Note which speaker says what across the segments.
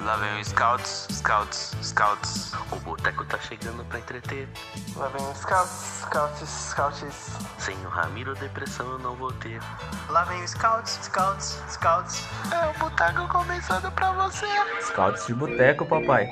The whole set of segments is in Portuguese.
Speaker 1: Lá vem os scouts, scouts, scouts. O boteco tá chegando pra entreter.
Speaker 2: Lá vem os scouts, scouts, scouts.
Speaker 1: Sem o Ramiro, depressão eu não vou ter.
Speaker 3: Lá vem os scouts, scouts, scouts.
Speaker 2: É o boteco começando pra você.
Speaker 4: Scouts de boteco, papai.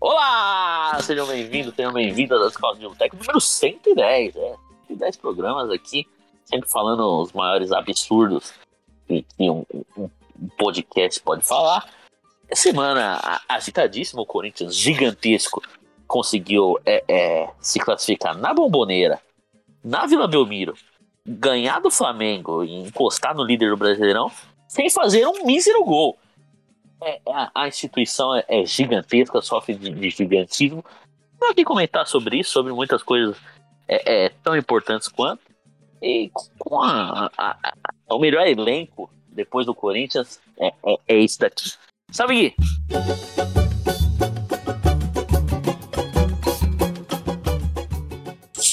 Speaker 1: Olá! Sejam bem-vindos, sejam bem-vindas às Caldas de Boteco número 110, é. 110 programas aqui, sempre falando os maiores absurdos que, que um, um- um podcast pode falar. Essa semana a- agitadíssima, o Corinthians gigantesco conseguiu é, é, se classificar na Bomboneira, na Vila Belmiro, ganhar do Flamengo e encostar no líder do Brasileirão sem fazer um mísero gol. É, a, a instituição é, é gigantesca, sofre de, de gigantismo. Vou aqui comentar sobre isso, sobre muitas coisas é, é, tão importantes quanto. E com a- a- a- a- o melhor elenco depois do Corinthians é, é, é esse daqui. Sabe, Gui?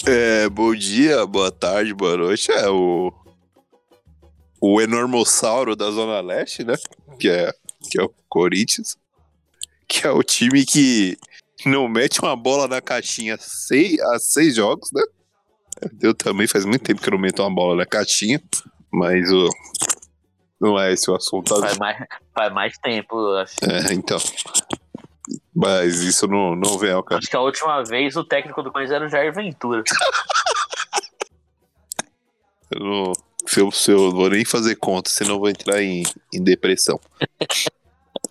Speaker 5: É, bom dia, boa tarde, boa noite. É o. O Enormossauro da Zona Leste, né? Que é, que é o Corinthians. Que é o time que não mete uma bola na caixinha seis, há seis jogos, né? Eu também faz muito tempo que eu não meto uma bola na caixinha, mas o. Não é esse o assunto.
Speaker 1: Faz mais, faz mais tempo, eu acho.
Speaker 5: É, então. Mas isso não, não vem ao caso.
Speaker 1: Acho que a última vez o técnico do Corinthians era o Jair Ventura.
Speaker 5: Eu não, se eu, se eu vou nem fazer conta, senão eu vou entrar em, em depressão.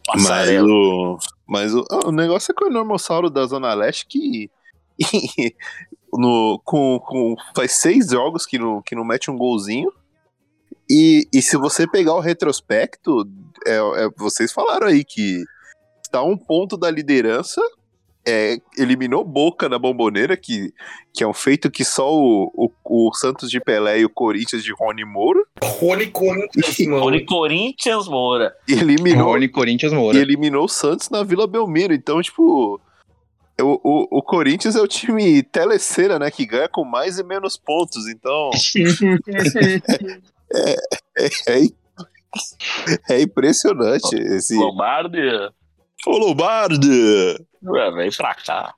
Speaker 5: Mas
Speaker 1: Passarela.
Speaker 5: o, mas o, ah, o negócio é que o Enormossauro da Zona Leste que. no, com, com, faz seis jogos que não, que não mete um golzinho. E, e se você pegar o retrospecto, é, é- vocês falaram aí que está um ponto da liderança. É, eliminou Boca na bomboneira, que, que é um feito que só o, o, o Santos de Pelé e o Corinthians de Rony Moura
Speaker 6: Rony Corinthians, mano.
Speaker 1: Olha o Corinthians Moura.
Speaker 5: eliminou
Speaker 7: Rony Corinthians
Speaker 5: e
Speaker 7: Moura.
Speaker 5: eliminou o Santos na Vila Belmiro. Então, tipo, o, o, o Corinthians é o time teleceira, né? Que ganha com mais e menos pontos. Então, é, im- é impressionante esse.
Speaker 1: Lombardi.
Speaker 5: Ô, Lombardi!
Speaker 1: Ué, Vem pra cá.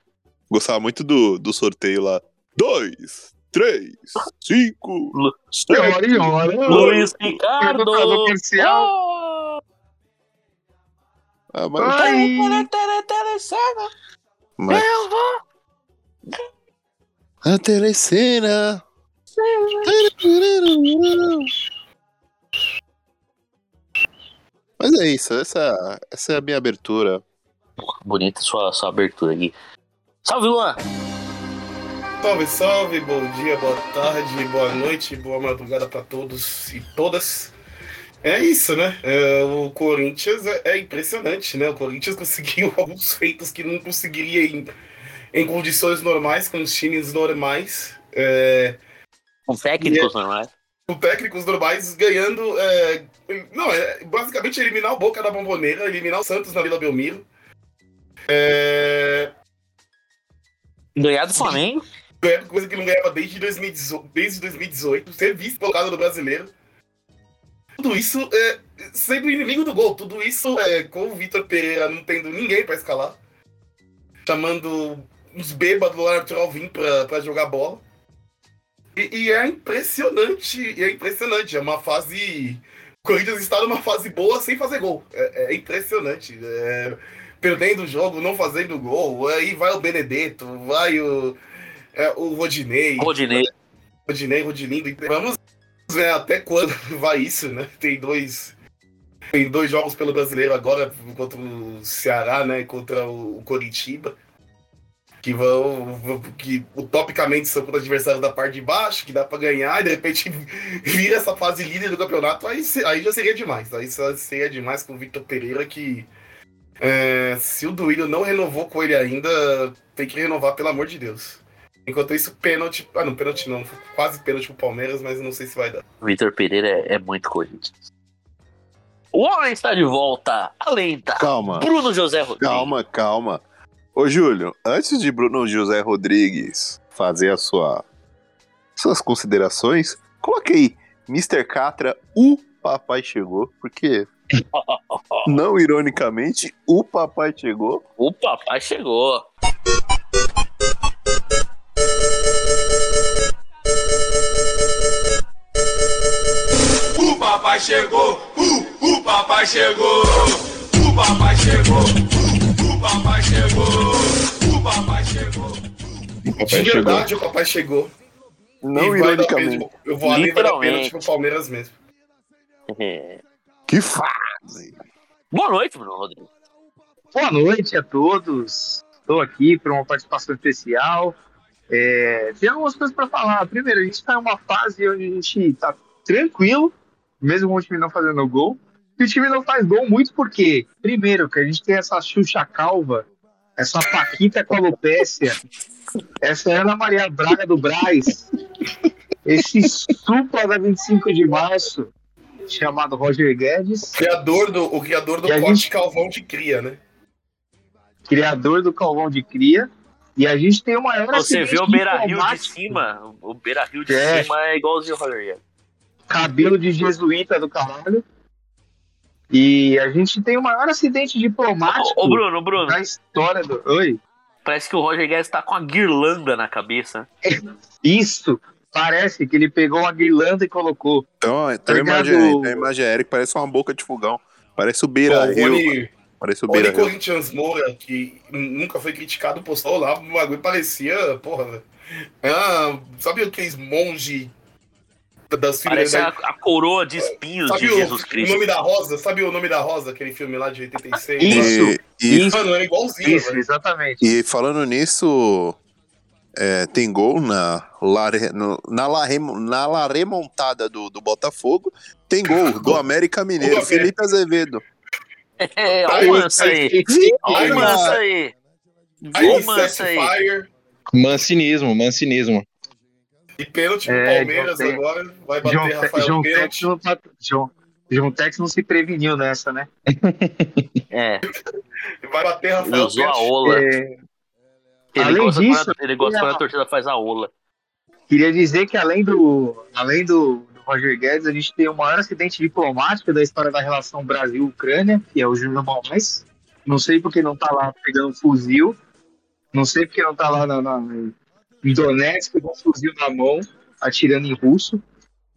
Speaker 5: Gostava muito do, do sorteio lá. Dois, três, cinco.
Speaker 1: Lu-
Speaker 5: sete.
Speaker 1: Luiz Ricardo.
Speaker 5: Ah, mas, mas... Eu vou. A telecena. Mas é isso, essa, essa é a minha abertura.
Speaker 1: Bonita sua, sua abertura aqui. Salve, Luan!
Speaker 6: Salve, salve, bom dia, boa tarde, boa noite, boa madrugada pra todos e todas. É isso, né? É, o Corinthians é, é impressionante, né? O Corinthians conseguiu alguns feitos que não conseguiria em, em condições normais, com os times normais. É,
Speaker 1: Com técnicos normais.
Speaker 6: com técnicos normais ganhando. é, não, é basicamente eliminar o Boca da Bomboneira, eliminar o Santos na Vila Belmiro. É,
Speaker 1: Ganhar do Flamengo.
Speaker 6: ganhava coisa que não ganhava desde 2018, desde 2018 ser vice-colocado no brasileiro. Tudo isso é, sendo inimigo do gol, tudo isso é, com o Vitor Pereira não tendo ninguém pra escalar, chamando uns bêbados lá natural vim pra, pra jogar bola. E, e é impressionante, e é impressionante, é uma fase. O Corinthians está numa fase boa sem fazer gol. É, é impressionante. é, perdendo o jogo, não fazendo gol. Aí vai o Benedetto, vai o, é, o Rodinei.
Speaker 1: Rodinei.
Speaker 6: Rodinei, Rodilindo. então Vamos ver até quando vai isso, né? Tem dois. Tem dois jogos pelo brasileiro agora contra o Ceará, né? Contra o o Coritiba. Que vão. vão- que utopicamente são contra adversários da parte de baixo, que dá pra ganhar, e de repente vira essa fase líder do campeonato, aí, se- aí já seria demais. Aí só seria demais com o Victor Pereira que. é, se o Duílio não renovou com ele ainda, tem que renovar, pelo amor de Deus. Enquanto isso, pênalti. Ah, não, pênalti não. Quase pênalti pro Palmeiras, mas não sei se vai dar.
Speaker 1: Vitor Pereira é, é muito Corinthians. O homem está de volta. A lenda.
Speaker 5: Calma,
Speaker 1: Bruno José Rodrigues.
Speaker 5: calma, calma. Ô, Júlio, antes de Bruno José Rodrigues fazer a sua, suas considerações, coloquei Mr. Catra, o papai chegou, porque não ironicamente, o papai chegou.
Speaker 1: O papai chegou.
Speaker 7: O papai chegou, o, o papai chegou, o papai chegou, o, o papai chegou, o papai chegou.
Speaker 5: O
Speaker 6: De verdade, o papai chegou. E
Speaker 5: Não
Speaker 6: vai dar
Speaker 5: ironicamente.
Speaker 6: pênalti. Eu vou ali vai dar
Speaker 1: Literalmente.
Speaker 6: pênalti pro Palmeiras mesmo.
Speaker 1: É.
Speaker 5: Que fase!
Speaker 1: Boa noite, Bruno Rodrigues.
Speaker 8: Boa noite a todos. Estou aqui para uma participação especial. É, tem algumas coisas para falar. Primeiro, a gente está em uma fase onde a gente está tranquilo, mesmo com o time não fazendo gol. E o time não faz gol muito porque, primeiro, que a gente tem essa Xuxa calva, essa Paquita com alopécia, essa Ana Maria Braga do Braz, esse supla da 25 de março, chamado Roger Guedes.
Speaker 6: O criador do, o criador do
Speaker 8: E a
Speaker 6: corte
Speaker 8: gente-
Speaker 6: Calvão de Cria, né?
Speaker 8: criador do Calvão de Cria. E a gente tem o maior
Speaker 1: Você
Speaker 8: acidente
Speaker 1: vê o Beira Rio de
Speaker 8: diplomático,
Speaker 1: cima. O Beira Rio de
Speaker 8: É.
Speaker 1: cima é igualzinho o Roger.
Speaker 8: Cabelo de jesuíta do caralho. E a gente tem o maior acidente diplomático
Speaker 1: Ô, ô, Bruno, Bruno.
Speaker 8: da história do. Oi?
Speaker 1: Parece que o Roger Guedes tá com a guirlanda na cabeça.
Speaker 8: Isso! Parece que ele pegou uma guirlanda e colocou.
Speaker 5: Então, então a,
Speaker 8: Obrigado.
Speaker 5: imagem, aérea- a imagem aérea que parece uma boca de fogão. Parece o Beira
Speaker 6: o
Speaker 5: Rio.
Speaker 6: Rony,
Speaker 5: Parece o
Speaker 6: Rony
Speaker 5: Beira Rio.
Speaker 6: Corinthians Moura, que nunca foi criticado, postou lá, o bagulho parecia, porra, velho. Ah, sabe aqueles monge das filhas
Speaker 1: Parece a,
Speaker 6: da...
Speaker 1: a coroa de espinhos
Speaker 6: né? Sabe
Speaker 1: de
Speaker 6: o,
Speaker 1: Jesus
Speaker 6: o
Speaker 1: Cristo.
Speaker 6: nome da Rosa? Sabe o nome da Rosa, aquele filme lá de 86?
Speaker 8: Isso.
Speaker 5: E, e,
Speaker 6: Mano, era igualzinho,
Speaker 8: Isso,
Speaker 6: velho.
Speaker 8: exatamente.
Speaker 5: e falando nisso, é, tem gol na, lare, no- na, lare, na lare montada do, do Botafogo. Tem gol do América Mineiro,
Speaker 6: América.
Speaker 5: Felipe Azevedo.
Speaker 1: É,
Speaker 6: Aí,
Speaker 1: olha o lance aí.
Speaker 6: aí,
Speaker 1: Olha o lance aí.
Speaker 6: Aí,
Speaker 1: Olha o lance
Speaker 6: Set
Speaker 1: aí.
Speaker 6: Fire
Speaker 9: Mancinismo, mancinismo.
Speaker 6: e pênalti pro
Speaker 8: É,
Speaker 6: Palmeiras
Speaker 8: João Tex.
Speaker 6: agora, vai bater
Speaker 8: João, Te-
Speaker 6: Rafael
Speaker 8: João, Tex
Speaker 6: Pênalti.
Speaker 8: não, tá- João, João Tex não se preveniu nessa, né?
Speaker 1: É,
Speaker 6: Vai bater
Speaker 1: ele
Speaker 6: Rafael
Speaker 1: usou a
Speaker 6: Pênalti.
Speaker 1: ola.
Speaker 8: É,
Speaker 1: Ele
Speaker 8: Além
Speaker 1: gosta,
Speaker 8: disso, é
Speaker 1: quando, a- ele gosta quando a torcida faz a ola.
Speaker 8: Queria dizer que além do, além do, do Roger Guedes, a gente tem o maior acidente diplomático da história da relação Brasil-Ucrânia, que é o Júnior Balmais. Não sei porque não tá lá pegando fuzil. Não sei porque não tá lá na, na, em Donetsk com fuzil na mão, atirando em russo.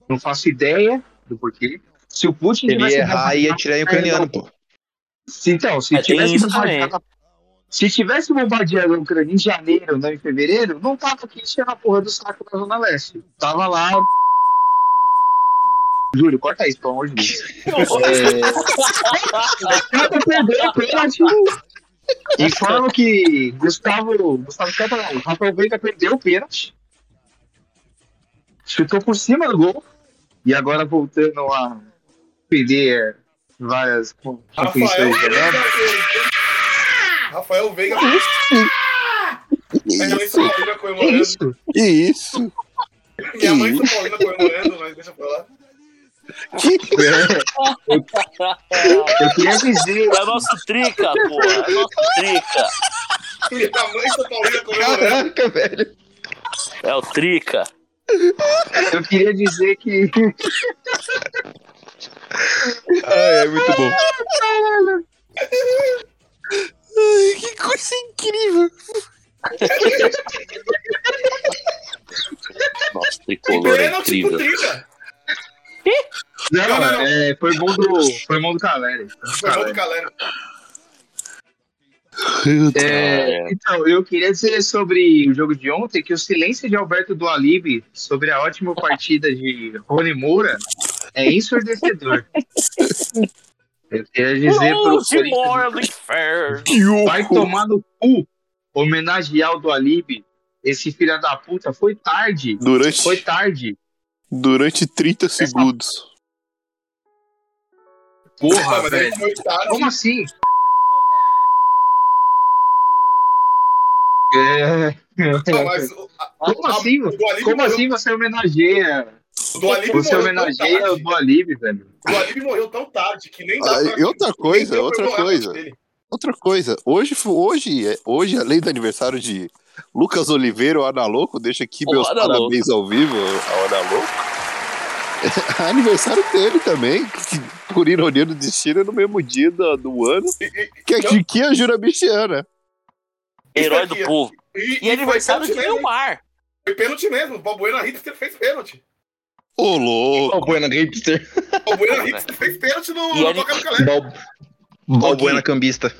Speaker 8: Não faço ideia do porquê. Se o Putin
Speaker 9: Ele
Speaker 8: tivesse
Speaker 9: ia errar e ia tirar em ucraniano, pô.
Speaker 8: se- Então, se
Speaker 1: É, tem
Speaker 8: tivesse
Speaker 1: isso também.
Speaker 8: bombardeado, se tivesse bombardeado a Ucrânia em janeiro, não em fevereiro, não tava aqui enchendo a porra do saco da Zona Leste. Tava lá. Júlio, corta isso, pelo amor de Deus.
Speaker 1: É.
Speaker 8: Tava perdendo o pênalti. Informo que Gustavo. Gustavo Canta, não, Rafael Veiga perdeu o pênalti. Chutou por cima do gol. E agora voltando a perder várias con-
Speaker 6: Rafael
Speaker 8: confusões.
Speaker 6: Veiga. Rafael Veiga. Minha mãe São Paulina
Speaker 8: É
Speaker 6: comemorando.
Speaker 8: isso.
Speaker 5: Que isso?
Speaker 6: Minha mãe São Paulina comemorando, mas deixa pra lá.
Speaker 8: Eu queria dizer.
Speaker 1: É o nosso trica, pô. É o nosso trica.
Speaker 6: Minha mãe São Paulina comemorando.
Speaker 9: Caraca, velho.
Speaker 1: É o trica.
Speaker 8: Eu queria dizer que.
Speaker 9: Ah, é muito bom.
Speaker 5: que coisa incrível!
Speaker 1: Nosso tricolor é
Speaker 6: Pênalti pro
Speaker 1: incrível.
Speaker 6: Trinca.
Speaker 8: Não,
Speaker 6: Não, não, não.
Speaker 8: é, foi bom do. Foi bom do Caleri.
Speaker 6: Foi bom do galera.
Speaker 8: É, então, eu queria dizer sobre o jogo de ontem que o silêncio de Alberto Dualibe sobre a ótima partida de Rony Moura é ensurdecedor. Eu queria dizer pro
Speaker 1: Luz e
Speaker 8: Corinthians
Speaker 1: mora do inferno.
Speaker 5: Que
Speaker 8: Vai
Speaker 5: horror!
Speaker 8: tomar no cu homenagear o Dualibe. Esse filho da puta foi tarde. Foi
Speaker 5: Durante,
Speaker 8: tarde.
Speaker 5: durante 30 segundos.
Speaker 6: Ah,
Speaker 8: Porra,
Speaker 6: mas ele
Speaker 8: velho.
Speaker 6: foi tarde.
Speaker 8: Como assim? É.
Speaker 6: Não, mas o- a-
Speaker 8: Como
Speaker 6: a-
Speaker 8: assim?
Speaker 6: o Guarani
Speaker 8: Como
Speaker 6: perdeu-
Speaker 8: assim você assim homenageia
Speaker 6: O Dua Lipa morreu
Speaker 8: Você
Speaker 6: tão
Speaker 8: homenageia é o
Speaker 6: tarde.
Speaker 8: Dua Lipa, velho.
Speaker 6: O Dua Lipa morreu tão tarde que nem dá
Speaker 5: Ah,
Speaker 6: pra-
Speaker 5: e outra
Speaker 6: nem
Speaker 5: coisa,
Speaker 6: deu pra
Speaker 5: outra
Speaker 6: comemorar a
Speaker 5: coisa.
Speaker 6: morte dele.
Speaker 5: Outra coisa, hoje, fu- hoje, é- hoje além do aniversário de Lucas Oliveira, o Analoco, deixa aqui
Speaker 1: O
Speaker 5: meus
Speaker 1: Analouco.
Speaker 5: parabéns ao vivo ao Analoco. aniversário dele também, que por ironia do destino é no mesmo dia do, do ano,
Speaker 6: E- e-
Speaker 5: que é
Speaker 6: Não.
Speaker 5: de que a Jura Bichiana.
Speaker 1: Herói
Speaker 6: Isso
Speaker 1: do
Speaker 6: aqui,
Speaker 1: povo.
Speaker 6: E,
Speaker 1: E um aniversário de
Speaker 6: foi pênalti mesmo, hein?
Speaker 1: Neymar.
Speaker 6: Foi pênalti mesmo. O Balbuena Hipster fez pênalti.
Speaker 5: Ô, louco!
Speaker 8: Então-
Speaker 9: O é Buena Hipster.
Speaker 6: O Balbuena Hipster fez pênalti no,
Speaker 1: E
Speaker 6: no
Speaker 1: ele-
Speaker 6: Boca do Calé.
Speaker 9: Bal... Balbuena é Cambista.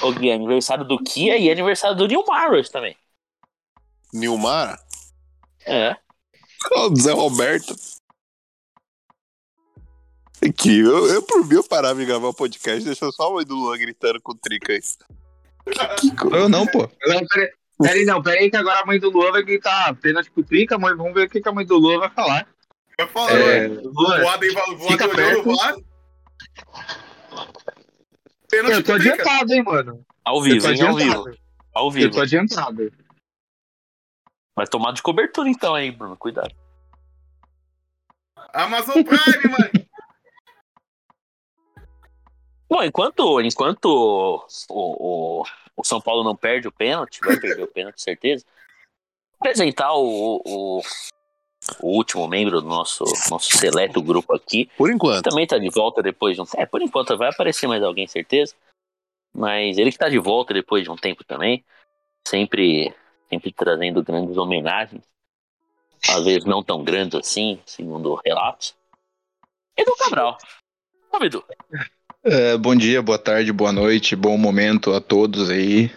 Speaker 1: Ô, Gui, aniversário do Kia e aniversário do Neymar hoje também.
Speaker 5: Nilmar?
Speaker 1: É.
Speaker 5: O Zé Roberto. É Que eu, eu, por mim, eu parava de gravar o podcast e deixar só a mãe do Luan gritando com o Trica aí. Que, que, co-
Speaker 9: Eu não, pô.
Speaker 8: Agora, peraí, peraí, não, peraí, que agora a mãe do Luan vai gritar apenas pro Trinca, mãe, vamos ver o que, que a mãe do Luan vai falar.
Speaker 6: Eu falo,
Speaker 8: É,
Speaker 6: é...
Speaker 8: Luan,
Speaker 6: voada e voada
Speaker 8: Fica
Speaker 6: olhando o VAR. Pênalti
Speaker 8: eu tô
Speaker 6: pro Trica.
Speaker 8: adiantado, hein, mano.
Speaker 1: Ao
Speaker 8: Eu
Speaker 1: vivo,
Speaker 8: tô
Speaker 1: hein? Ao vivo.
Speaker 8: adiantado.
Speaker 1: Ao
Speaker 8: Eu tô
Speaker 1: vivo.
Speaker 8: adiantado.
Speaker 1: Vai tomar de cobertura então, hein, Bruno? Cuidado.
Speaker 6: Amazon Prime, mano.
Speaker 1: Bom, enquanto, enquanto o, o, o São Paulo não perde o pênalti, vai perder o pênalti, certeza. Apresentar o, o, o último membro do nosso, nosso seleto grupo aqui.
Speaker 5: por enquanto.
Speaker 1: Também tá de volta depois de um. É, por enquanto vai aparecer mais alguém, certeza. Mas ele que tá de volta depois de um tempo também. Sempre, sempre trazendo grandes homenagens. Às vezes não tão grandes assim, segundo relatos. Edu Cabral. Salve, Edu.
Speaker 9: É, bom dia, boa tarde, boa noite, bom momento a todos aí.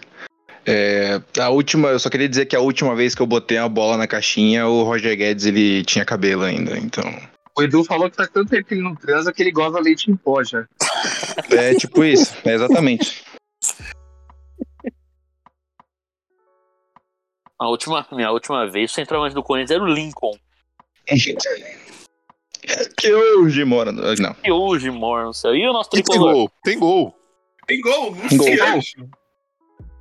Speaker 9: É, a última, eu só queria dizer que a última vez que eu botei uma bola na caixinha, o Roger Guedes ele tinha cabelo ainda, então.
Speaker 8: O Edu falou que faz tanto tempo que ele não transa que ele goza leite em pó já.
Speaker 9: É tipo isso, é exatamente.
Speaker 1: A última, minha última vez, o centroavante do Corinthians era o Lincoln.
Speaker 9: Que hoje mora. no- Não.
Speaker 1: E hoje, Morrison. E o nosso
Speaker 5: E tem
Speaker 1: tricolor?
Speaker 5: gol, tem gol.
Speaker 6: Tem gol,
Speaker 9: Gol.
Speaker 6: Luciano.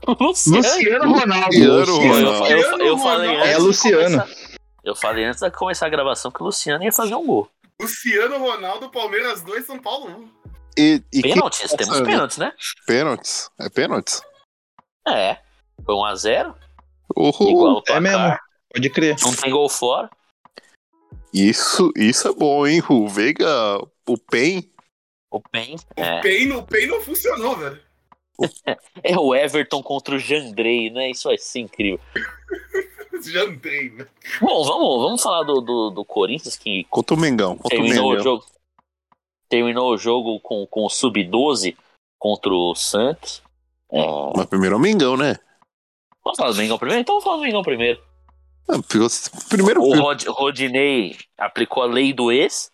Speaker 1: Luciano.
Speaker 8: Luciano Ronaldo.
Speaker 5: Luciano
Speaker 1: Eu, eu,
Speaker 5: Ronaldo.
Speaker 1: eu, eu falei antes
Speaker 9: É
Speaker 1: de
Speaker 9: Luciano.
Speaker 1: começar- eu falei antes de começar a gravação que o Luciano ia fazer um gol.
Speaker 6: Luciano Ronaldo, Palmeiras 2, São Paulo 1.
Speaker 5: E, e quem-
Speaker 1: Pênaltis, temos
Speaker 5: Nossa,
Speaker 1: pênaltis, né?
Speaker 5: Pênaltis? É pênaltis?
Speaker 1: É. Foi 1x0,
Speaker 5: Uhul.
Speaker 1: igual o
Speaker 9: É
Speaker 1: placar.
Speaker 9: mesmo, pode crer.
Speaker 1: Não tem gol fora.
Speaker 5: Isso, isso é bom, hein? O Veiga, o PEN,
Speaker 1: O Pen. É.
Speaker 6: Pay no Pay não funcionou, velho.
Speaker 1: é o Everton contra o Jandrei, né? Isso vai ser incrível.
Speaker 6: é Jantei, velho.
Speaker 1: Bom, vamos, vamos falar do, do, do Corinthians, que
Speaker 5: contra o Mengão. Contra o
Speaker 1: terminou o
Speaker 5: Mengão.
Speaker 1: jogo. Terminou o jogo com, com o Sub-12 contra o Santos. É,
Speaker 5: Mas primeiro é o Mengão, né?
Speaker 1: vamos falar do Mengão primeiro? Então vamos falar do Mengão primeiro.
Speaker 5: Ah, pegou- Primeiro,
Speaker 1: O Rod, Rodinei aplicou a lei do ex.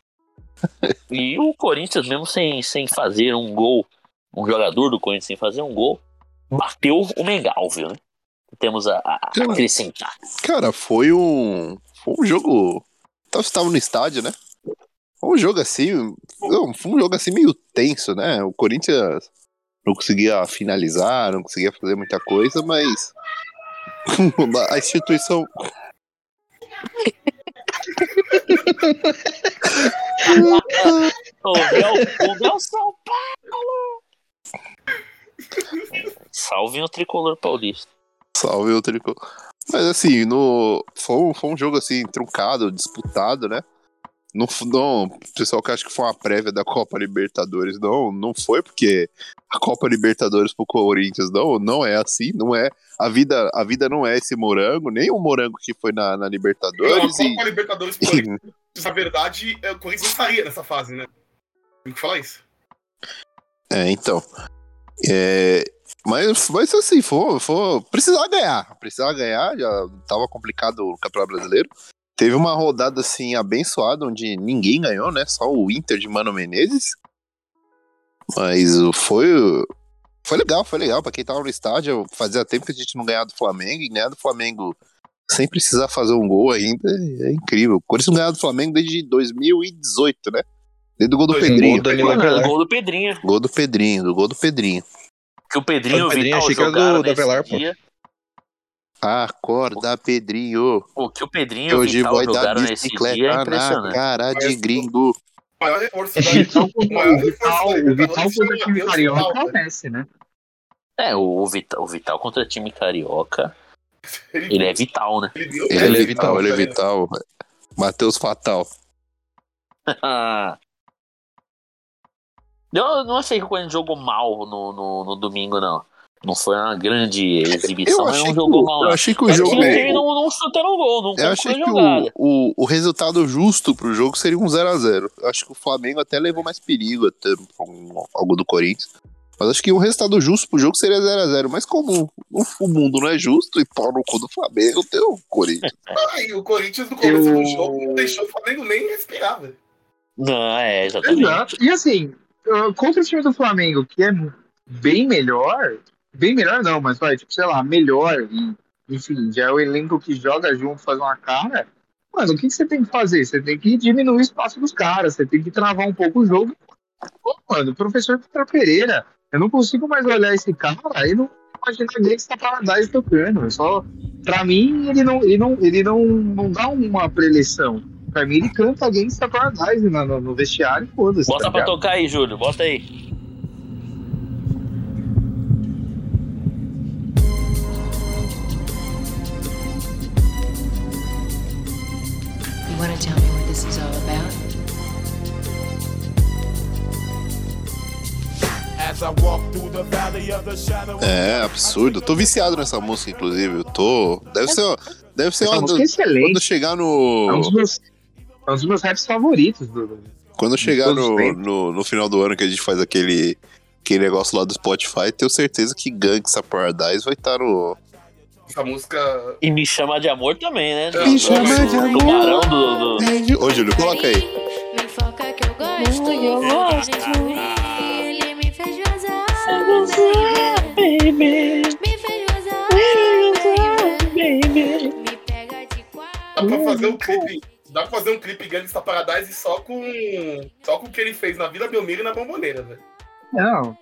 Speaker 1: e o Corinthians, mesmo sem, sem fazer um gol, um jogador do Corinthians sem fazer um gol, bateu o Mengão, viu? né? Temos a, a a
Speaker 5: Cara.
Speaker 1: acrescentar.
Speaker 5: cara, foi um, foi um jogo. Tava- Você tava no estádio, né? Foi um jogo assim. não, Foi um jogo assim meio tenso, né? O Corinthians não conseguia finalizar, não conseguia fazer muita coisa, mas. A instituição.
Speaker 1: O Bel, o Bel São Paulo! Salvem o tricolor paulista.
Speaker 5: Salve o tricô. Mas assim, no... foi, um, foi um jogo assim, truncado, disputado, né? Não, f- não, o pessoal que acha que foi uma prévia da Copa Libertadores, não, não foi, porque a Copa Libertadores pro Corinthians, não, não é assim, não é. A vida, a vida não é esse morango, nem o morango que foi na, na
Speaker 6: Não, é. a
Speaker 5: Libertadores. e-
Speaker 6: Copa Libertadores pro Corinthians, na verdade, é, o Corinthians não estaria nessa fase, né? Tem que falar isso.
Speaker 5: É, então. É, mas, mas assim, for, for, precisava ganhar. Precisava ganhar, já tava complicado o Campeonato Brasileiro. Teve uma rodada assim abençoada, onde ninguém ganhou, né? Só o Inter de Mano Menezes. Mas o- foi. Foi legal, foi legal. Pra quem tava no estádio, fazia tempo que a gente não ganhava do Flamengo, e ganhar do Flamengo sem precisar fazer um gol ainda é incrível. O Corinthians não ganhava do Flamengo desde 2018, né? Desde o gol do
Speaker 9: Dois
Speaker 5: Pedrinho.
Speaker 9: gols do Danilo
Speaker 1: Mano,
Speaker 9: Avelar.
Speaker 1: gol do Pedrinho.
Speaker 5: Gol do Pedrinho, do gol do Pedrinho.
Speaker 1: Que o Pedrinho e o
Speaker 9: Foi do Pedrinho,
Speaker 1: Vital
Speaker 9: achei que era do-
Speaker 1: jogaram
Speaker 9: do
Speaker 1: nesse
Speaker 9: Avelar, pô.
Speaker 1: dia.
Speaker 5: Acorda, Pedrinho.
Speaker 1: O que o Pedrinho e o
Speaker 5: Hoje
Speaker 1: Vital
Speaker 5: vai dar
Speaker 1: jogaram nesse dia é
Speaker 5: bicicleta na
Speaker 1: impressionante.
Speaker 5: cara de
Speaker 6: Mas-
Speaker 5: gringo.
Speaker 6: O maior reforço
Speaker 8: É
Speaker 6: da-
Speaker 8: Vital
Speaker 6: o
Speaker 8: contra
Speaker 6: maior
Speaker 8: o
Speaker 6: reforço da
Speaker 8: Vital, o Vital
Speaker 6: Libertadores
Speaker 8: contra o
Speaker 6: foi
Speaker 8: time
Speaker 6: Matheus
Speaker 8: carioca é
Speaker 6: Vital,
Speaker 8: o
Speaker 6: né?
Speaker 8: Messi, né?
Speaker 1: É, o Vital, o Vital contra time carioca, ele
Speaker 6: Ele-
Speaker 1: é vital, né?
Speaker 6: ele deu-
Speaker 5: Ele é
Speaker 9: é
Speaker 5: vital,
Speaker 9: vital,
Speaker 5: ele é
Speaker 6: velho.
Speaker 5: vital. Matheus Fatal.
Speaker 1: eu eu não achei que o Corinthians jogou mal no, no, no domingo, não. Não foi uma grande exibição,
Speaker 5: Eu
Speaker 1: mas
Speaker 5: achei,
Speaker 1: não é
Speaker 5: que,
Speaker 1: jogou
Speaker 5: o-
Speaker 1: mal.
Speaker 5: eu
Speaker 1: não.
Speaker 5: achei que o
Speaker 1: É que o
Speaker 5: jogo.
Speaker 1: time não, não chutando o gol, não
Speaker 5: Eu
Speaker 1: concluiu
Speaker 5: achei
Speaker 1: a
Speaker 5: que
Speaker 1: jogada.
Speaker 5: o, o, o resultado justo pro jogo seria um 0x0. Eu Acho que o Flamengo até levou mais perigo até um- algo do Corinthians. Mas acho que um resultado justo pro jogo seria 0x0. Mas como o, o mundo não é justo e pau no cu do Flamengo, tem o Corinthians.
Speaker 6: Ah, e o Corinthians no começo
Speaker 8: Eu-
Speaker 6: do jogo não deixou o Flamengo nem respirar, velho.
Speaker 1: Não, é, exatamente.
Speaker 8: Exato. E assim, uh, contra o time do Flamengo, que é bem melhor, bem melhor não, mas vai, tipo, sei lá, melhor, e, enfim, já é o elenco que joga junto, faz uma cara. Mano, o que, que você tem que fazer? Você tem que diminuir o espaço dos caras, você tem que travar um pouco o jogo. Pô, mano, o professor Peter Pereira, eu não consigo mais olhar esse cara e não imaginar tá dele que está Paradise tocando. É Só, pra mim, ele não, ele não, ele não, não dá uma preleção. Pra mim, ele canta alguém que tá está Paradise no, no, no vestiário, foda-se.
Speaker 1: Bota
Speaker 8: tá
Speaker 1: pra
Speaker 8: ligado?
Speaker 1: tocar aí, Júlio, bota aí.
Speaker 10: You want to tell me what this is all about?
Speaker 7: As I walk through the valley of the shadow of
Speaker 5: É, absurdo. Eu tô viciado nessa música, inclusive. Eu tô. Deve ser, ó- deve ser
Speaker 8: Essa
Speaker 5: uma.
Speaker 8: música
Speaker 5: do-
Speaker 8: é excelente.
Speaker 5: Quando chegar
Speaker 8: É um dos
Speaker 5: no.
Speaker 8: meus, é um dos meus raps favoritos do. do-
Speaker 5: Quando chegar
Speaker 8: todos os
Speaker 5: no,
Speaker 8: tempos.
Speaker 5: no, no final do ano que a gente faz aquele, aquele negócio lá do Spotify, tenho certeza que Gangsta Paradise vai estar no.
Speaker 6: Essa música.
Speaker 1: E me chama de amor também, né?
Speaker 6: Me chama
Speaker 1: O
Speaker 6: de amor.
Speaker 1: Tubarão do. do...
Speaker 5: Ô, Júlio, coloca aí.
Speaker 10: Me foca que eu gosto. Gente ruim, ele me fez gozar. Me fez gozar, baby. Me pega de
Speaker 6: Dá pra fazer um
Speaker 10: quatro.
Speaker 6: clipe. Dá pra fazer um clipe Gangsta Paradise só com. Só com o que ele fez na Vila Belmiro e na Bomboneira, velho.
Speaker 8: Não.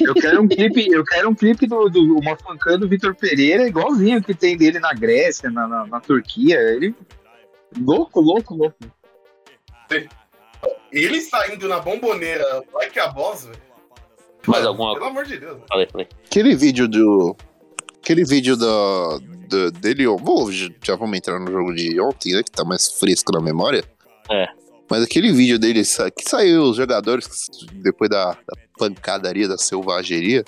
Speaker 8: Eu quero um clipe, eu quero um clipe do, do uma fancã do Vitor Pereira, igualzinho que tem dele na Grécia, na, na, na Turquia. Ele. Louco, louco, louco.
Speaker 6: Ele saindo na Bomboneira, vai que a voz, velho.
Speaker 1: Mais alguma
Speaker 6: Pelo amor de Deus.
Speaker 1: Falei, falei.
Speaker 5: Aquele vídeo do. Aquele vídeo da, da- dele. on- Bom, já já vamos entrar no jogo de ontem, né? Que tá mais fresco na memória.
Speaker 1: É.
Speaker 5: Mas aquele vídeo dele sa- que saiu os jogadores que- depois da, da pancadaria, da selvageria.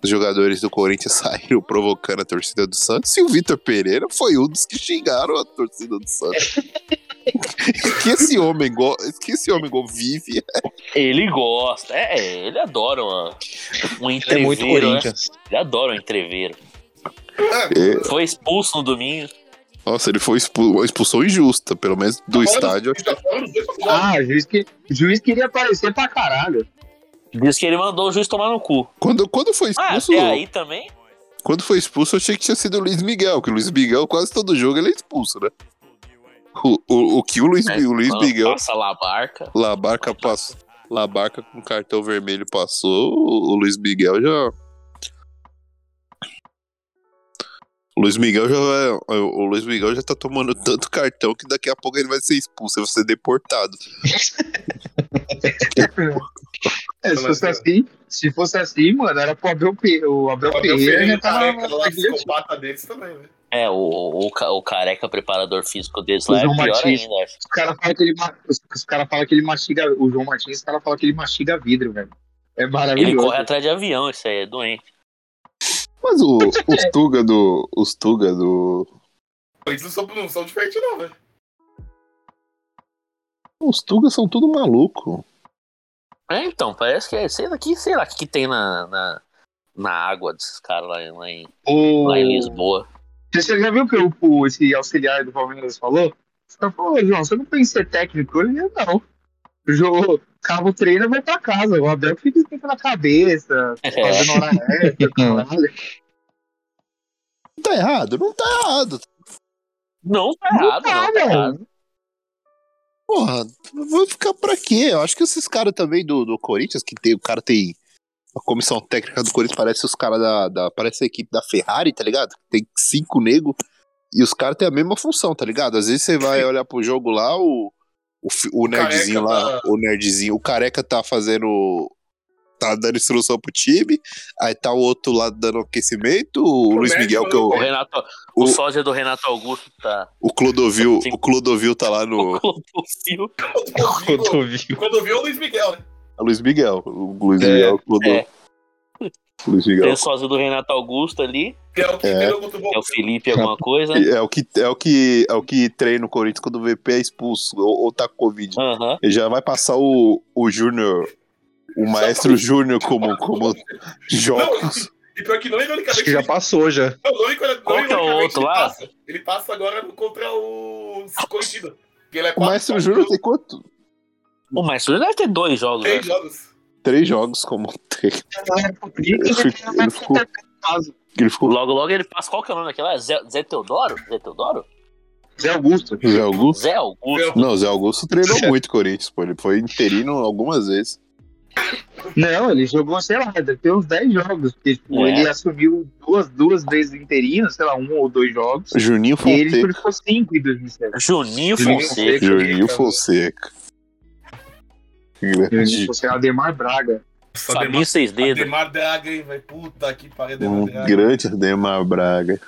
Speaker 5: Os jogadores do Corinthians saíram provocando a torcida do Santos e o Vitor Pereira foi um dos que xingaram a torcida do Santos. que esse homem, go- que esse homem go- vive
Speaker 1: Ele gosta, é, é, ele adora uma, um
Speaker 9: É muito
Speaker 1: entreveiro, né?
Speaker 9: Corinthians.
Speaker 1: Ele adora um entreveiro.
Speaker 5: é,
Speaker 1: Foi expulso no domingo.
Speaker 5: Nossa, ele foi expul- uma expulsão injusta, pelo menos do estádio.
Speaker 6: Já foram os tá dois jogos.
Speaker 8: Ah, juiz que juiz queria aparecer pra caralho.
Speaker 1: Diz que ele mandou o juiz tomar no cu.
Speaker 5: Quando, quando foi
Speaker 1: Ah,
Speaker 5: expulso,
Speaker 1: até aí também?
Speaker 5: quando foi expulso, eu achei que tinha sido o Luiz Miguel, que o Luiz Miguel quase todo jogo ele é expulso, né? O, o, o que o Luiz, o Luiz
Speaker 1: né? Quando
Speaker 5: Miguel,
Speaker 1: É, Passa lá a barca.
Speaker 5: Labarca passou, Labarca com cartão vermelho passou, o o Luiz Miguel já O Luiz Miguel já vai, o Luiz Miguel já tá tomando tanto cartão que daqui a pouco ele vai ser expulso, ele vai ser deportado.
Speaker 8: É, se fosse assim, se fosse assim, mano, era pro Abel, Pe- o Abel,
Speaker 6: O Abel
Speaker 8: Pereira
Speaker 6: Ferreira
Speaker 8: já tava
Speaker 6: careca lá,
Speaker 8: na guilhotina.
Speaker 6: tá psicopata deles também, velho.
Speaker 1: É, o, o, ca- o careca preparador físico deles lá é
Speaker 8: João
Speaker 1: pior
Speaker 8: Batista.
Speaker 1: ainda, acho.
Speaker 8: Os caras falam que ele ma- os, os cara fala que ele mastiga. O João Martins, os caras falam que ele mastiga vidro, velho. É
Speaker 1: Ele
Speaker 8: maravilhoso.
Speaker 1: corre atrás de avião, isso aí é doente.
Speaker 5: Mas o, os Tuga do os Tuga do
Speaker 6: Eles não são, não são diferentes, não, velho.
Speaker 5: Os Tugas são tudo maluco.
Speaker 1: É, então, parece que é. Sei lá o que, sei lá, o que tem na, na, na água desses caras lá, em- lá em,
Speaker 8: O...
Speaker 1: lá é em Lisboa.
Speaker 8: Você já viu o que o, o- esse auxiliar do Palmeiras falou? Os caras falaram, "Ô, João, você não pensa em ser técnico? Ele não. O João, cabo treina, vai pra casa. O Abel que fica esquentando a cabeça,
Speaker 1: É,
Speaker 8: fazendo hora extra, caralho.
Speaker 5: Não tá errado? Não tá errado.
Speaker 1: Não tá errado, não.
Speaker 8: Ah,
Speaker 1: Tá errado.
Speaker 8: velho.
Speaker 5: Porra, vou ficar pra quê? Eu acho que esses caras também do, do Corinthians, que tem, o cara tem A comissão técnica do Corinthians parece os caras da, da- Parece a equipe da Ferrari, tá ligado? Tem cinco negros e os caras têm a mesma função, tá ligado? Às vezes você vai olhar pro jogo lá, o, o, fi- o nerdzinho
Speaker 6: careca
Speaker 5: lá,
Speaker 6: tá-
Speaker 5: o nerdzinho, o careca tá fazendo. Tá dando instrução pro time, aí tá o outro lá dando aquecimento, o, Luiz
Speaker 6: nerd
Speaker 5: Miguel, que é
Speaker 6: manda
Speaker 5: o,
Speaker 1: O Renato, o,
Speaker 5: O-
Speaker 1: sósia do Renato Augusto tá.
Speaker 5: o Clodovil, o Clodovil tá lá no.
Speaker 1: Clodovil.
Speaker 6: Quando eu vi- quando eu vi o Luiz Miguel, né?
Speaker 5: É Luiz Miguel. O Luiz
Speaker 9: É,
Speaker 5: Miguel, o Clodovil.
Speaker 1: é.
Speaker 5: Luiz
Speaker 1: Tem o
Speaker 5: Miguel.
Speaker 1: sósia do Renato Augusto ali,
Speaker 6: Que é o que
Speaker 5: É.
Speaker 6: perdeu contra o
Speaker 1: que é
Speaker 6: Boca.
Speaker 1: o Felipe alguma coisa.
Speaker 5: É o que é o que é o que treina o Corinthians quando o VP é expulso ou, ou tá com Covid.
Speaker 1: Aham.
Speaker 5: Ele já vai passar o, o Júnior, o maestro Júnior como como jogos.
Speaker 6: E pior que não, é
Speaker 9: Acho
Speaker 6: ironicamente.
Speaker 9: que já passou já.
Speaker 6: Não, não, ironicamente,
Speaker 1: Qual que é o
Speaker 6: ele
Speaker 1: outro lá?
Speaker 6: Passa. Ele passa agora contra o Corinthians. Ele é
Speaker 5: O maestro Júnior tem quanto?
Speaker 1: O Maestro deve ter dois jogos.
Speaker 6: três
Speaker 1: né?
Speaker 6: jogos.
Speaker 5: Três jogos como treino. Ele ficou, ele ficou
Speaker 1: Logo, logo ele passa. Qual que é o nome daquele lá? Zé, Zé Teodoro? Zé Teodoro?
Speaker 8: Zé Augusto.
Speaker 5: Zé Augusto?
Speaker 1: Zé Augusto.
Speaker 5: Não, Zé Augusto treinou muito Corinthians, pô. Ele foi interino algumas vezes.
Speaker 8: Não, ele jogou, sei lá, deve ter uns 10 jogos. Porque, tipo,
Speaker 1: É.
Speaker 8: ele assumiu duas, duas vezes interino, sei lá, um ou dois jogos.
Speaker 5: Juninho
Speaker 8: E ele
Speaker 5: Fonseca.
Speaker 8: ficou 5 em 2007.
Speaker 1: Juninho
Speaker 8: Juninho
Speaker 1: Fonseca.
Speaker 5: Juninho Fonseca. Grande.
Speaker 8: Você é Ademar Braga.
Speaker 6: Só
Speaker 1: Fabinho Seis Dedos.
Speaker 6: Demar Draga, hein, vai Puta que pariu,
Speaker 5: Um
Speaker 6: Demar Draga.
Speaker 5: grande Demar Braga.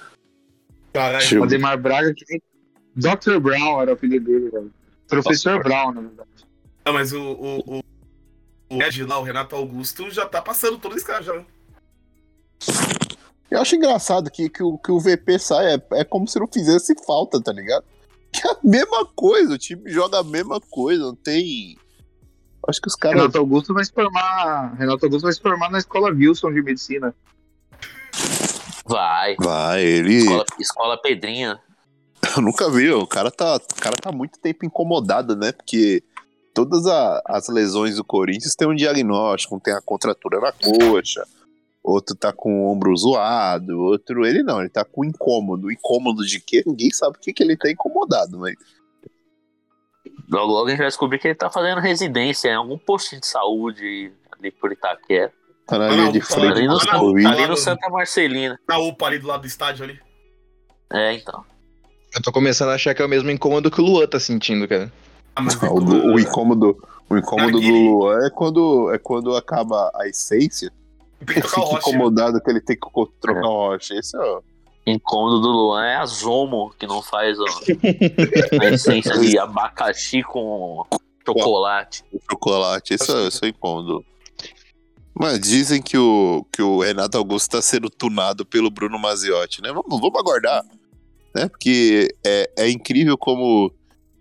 Speaker 6: Caralho.
Speaker 5: Deixa eu-
Speaker 8: Ademar Braga que nem Dr. Brown era o apelido dele, velho. Professor Brown, né? na verdade.
Speaker 6: Não, Ah, mas o. o, o... O Ed lá, o Renato Augusto, já tá passando todos esses caras já. né?
Speaker 5: Eu acho engraçado que, que, o, que o VP sai, é, é como se não fizesse falta, tá ligado? Que é a mesma coisa, o time joga a mesma coisa, não tem. Acho que os caras.
Speaker 8: Renato Augusto vai se formar. Renato Augusto vai se formar na escola Wilson de medicina.
Speaker 1: Vai.
Speaker 5: Vai, ele.
Speaker 1: Escola, escola Pedrinha.
Speaker 5: Eu nunca vi, o cara tá, o cara tá muito tempo incomodado, né? Porque todas a- as lesões do Corinthians tem um diagnóstico, um tem a contratura na coxa, outro tá com o ombro zoado, outro ele não, ele tá com incômodo. Incômodo de quê? Ninguém sabe o que, que ele tá incomodado, mas
Speaker 1: Logo, logo a gente vai descobrir que ele tá fazendo residência em algum postinho de saúde ali por Itaquera.
Speaker 5: tá na linha de
Speaker 6: Tá
Speaker 5: frente
Speaker 1: Ali no,
Speaker 5: com
Speaker 6: Fernando
Speaker 5: os
Speaker 6: Sá-
Speaker 5: Covid.
Speaker 1: ali no Santa Marcelina.
Speaker 6: Na UPA ali do lado do estádio ali.
Speaker 1: É, então.
Speaker 9: Eu tô começando a achar que é o mesmo incômodo que o Luan tá sentindo, cara.
Speaker 6: Ah, mas
Speaker 5: Ah, O, do- o incômodo, o incômodo do
Speaker 6: Narguile.
Speaker 5: Luan é quando, é quando acaba a essência,
Speaker 6: tem que
Speaker 5: ele
Speaker 6: tocar o
Speaker 5: fica
Speaker 6: Rocha.
Speaker 5: incomodado que ele tem que co- trocar o rocha. Esse é o-
Speaker 1: Incômodo do Luan é a Zomo, que não faz ó, a essência de abacaxi com chocolate.
Speaker 5: o chocolate, esse é, esse é o incômodo. Mas dizem que o, que o Renato Augusto tá sendo tunado pelo Bruno Maziotti, né? Vamos, vamos aguardar. Né? Porque é, é incrível como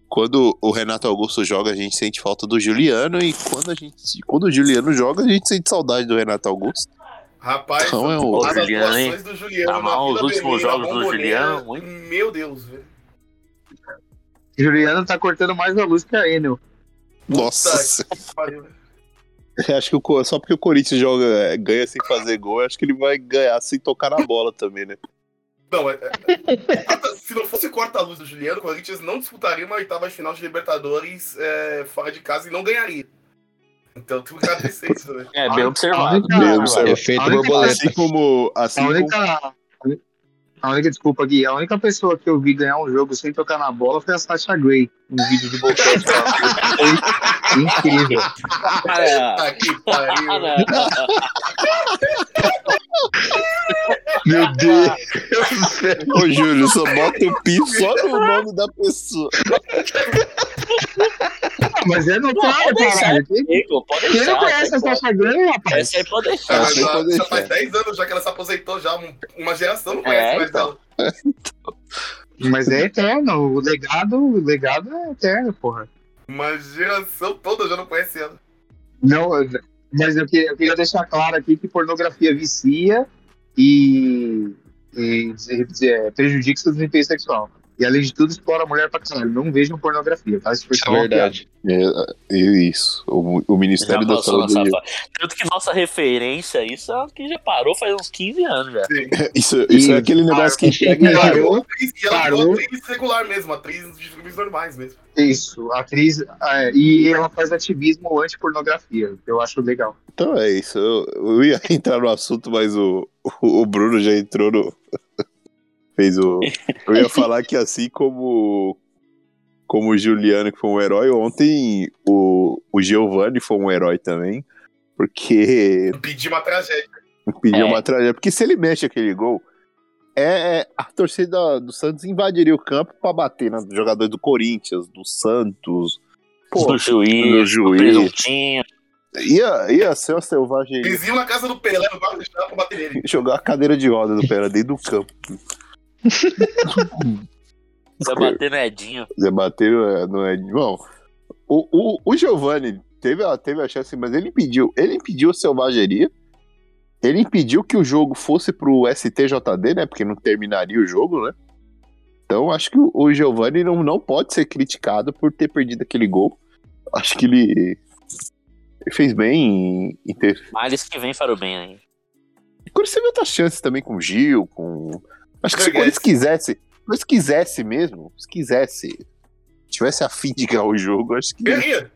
Speaker 5: quando o Renato Augusto joga, a gente sente falta do Juliano, e quando, a gente, quando o Juliano joga, a gente sente saudade do Renato Augusto.
Speaker 6: Rapaz,
Speaker 5: Então é um-
Speaker 1: Ô,
Speaker 6: as
Speaker 1: Juliano,
Speaker 6: atuações
Speaker 1: hein?
Speaker 6: do Juliano.
Speaker 1: Tá
Speaker 6: na
Speaker 1: mal os
Speaker 6: Vila
Speaker 1: últimos
Speaker 6: Belmiro, na
Speaker 1: jogos do
Speaker 6: Bombonera,
Speaker 1: Juliano, hein?
Speaker 6: Meu Deus, velho.
Speaker 8: Juliano tá cortando mais a luz que a Enel.
Speaker 5: Nossa!
Speaker 6: Puta
Speaker 5: Senhora.
Speaker 6: Tá, que pariu. né?
Speaker 5: Eu Acho que o Co- só porque o Corinthians joga, é, ganha sem fazer gol, eu acho que ele vai ganhar sem tocar na bola também, né?
Speaker 6: Não, é- é- se não fosse corta-luz do Juliano, o Corinthians não disputaria uma oitava de final de Libertadores é, fora de casa e não ganharia. Então tem que agradecer isso, né?
Speaker 1: É, bem
Speaker 8: Ah,
Speaker 1: observado.
Speaker 8: ah,
Speaker 5: Bem observado.
Speaker 9: Efeito
Speaker 8: Olha que
Speaker 9: borboleta.
Speaker 5: Assim como. Assim
Speaker 8: A
Speaker 5: como
Speaker 8: única. A única, desculpa aqui, a única pessoa que eu vi ganhar um jogo sem tocar na bola foi a Sasha Gray, no vídeo de boquete. Foi incrível.
Speaker 1: Cara,
Speaker 6: Ah, que pariu.
Speaker 1: cara,
Speaker 9: Meu Deus do céu.
Speaker 5: Ô, Júlio, só bota o pi só no nome da pessoa.
Speaker 8: Mas é notável,
Speaker 1: Pode deixar.
Speaker 8: caralho. Quem
Speaker 1: amigo, pode
Speaker 8: quem não
Speaker 1: deixar,
Speaker 8: conhece a
Speaker 1: essa aí
Speaker 8: Sasha Gray, rapaz?
Speaker 1: pode- Essa aí pode deixar.
Speaker 5: Ah,
Speaker 6: Ela
Speaker 5: nem
Speaker 6: já,
Speaker 5: pode
Speaker 6: já
Speaker 5: deixar.
Speaker 6: faz 10 anos já que ela se aposentou, já um- uma geração não
Speaker 1: É,
Speaker 6: conhece mais
Speaker 1: então.
Speaker 6: ela.
Speaker 8: Mas é eterno, o legado, o legado é eterno, porra.
Speaker 6: Uma geração toda já não conhece ela.
Speaker 8: Não, eu- mas eu queria, eu queria deixar claro aqui que pornografia vicia e, e dizer- dizer, prejudica seu é, desempenho sexual. E além de tudo, explora a mulher pra caralho. Não vejam pornografia, tá? Isso foi só uma
Speaker 9: É verdade.
Speaker 5: É, é isso. O, o Ministério
Speaker 1: Já
Speaker 5: da
Speaker 1: passou
Speaker 5: Saúde.
Speaker 1: nessa fase. Tanto que nossa referência, a isso é algo que já parou faz uns 15 anos já.
Speaker 5: Isso, isso é
Speaker 8: E-
Speaker 5: aquele negócio que chega.
Speaker 8: piada. Parou,
Speaker 6: atriz, e ela
Speaker 8: parou.
Speaker 6: virou atriz regular mesmo, atriz de filmes normais mesmo.
Speaker 8: Isso, a atriz. é, e ela faz ativismo anti-pornografia, que eu acho legal.
Speaker 5: Então é isso. Eu, eu ia entrar no assunto, mas o, o Bruno já entrou no. Fez o. Eu ia falar que assim como. Como o Juliano, que foi um herói, ontem o, o Giovanni foi um herói também. Porque
Speaker 6: Pedir uma tragédia.
Speaker 5: pediu
Speaker 1: É.
Speaker 5: uma tragédia. Porque se ele mexe aquele gol, é, é- a torcida do Santos invadiria o campo pra bater nos jogadores do Corinthians, do Santos. Pô,
Speaker 1: do
Speaker 5: do
Speaker 1: juiz, do
Speaker 5: juiz.
Speaker 1: presuntinho.
Speaker 5: ia, ia ser uma selvagem.
Speaker 6: Eles iam na casa do Pelé no bar deixar pra bater nele.
Speaker 5: Jogar a cadeira de roda do Pera dentro do campo.
Speaker 1: Vai bater nedinho.
Speaker 5: Zé bateu é, no Edmão. O, o, o Giovanni teve, a- teve a chance, mas ele impediu. Ele impediu a selvageria. Ele impediu que o jogo fosse pro STJD, né? Porque não terminaria o jogo, né? Então acho que o, o Giovanni não, não pode ser criticado por ter perdido aquele gol. Acho que ele, ele fez bem em, em ter
Speaker 1: Males que vem para o bem aí.
Speaker 5: o Corinthians teve outras chances também com o Gil, com. Acho que se o
Speaker 6: Vergues.
Speaker 5: Corinthians quisesse. Mas se quisesse mesmo, se quisesse, tivesse a fim de ganhar o jogo, acho que
Speaker 6: Ganharia.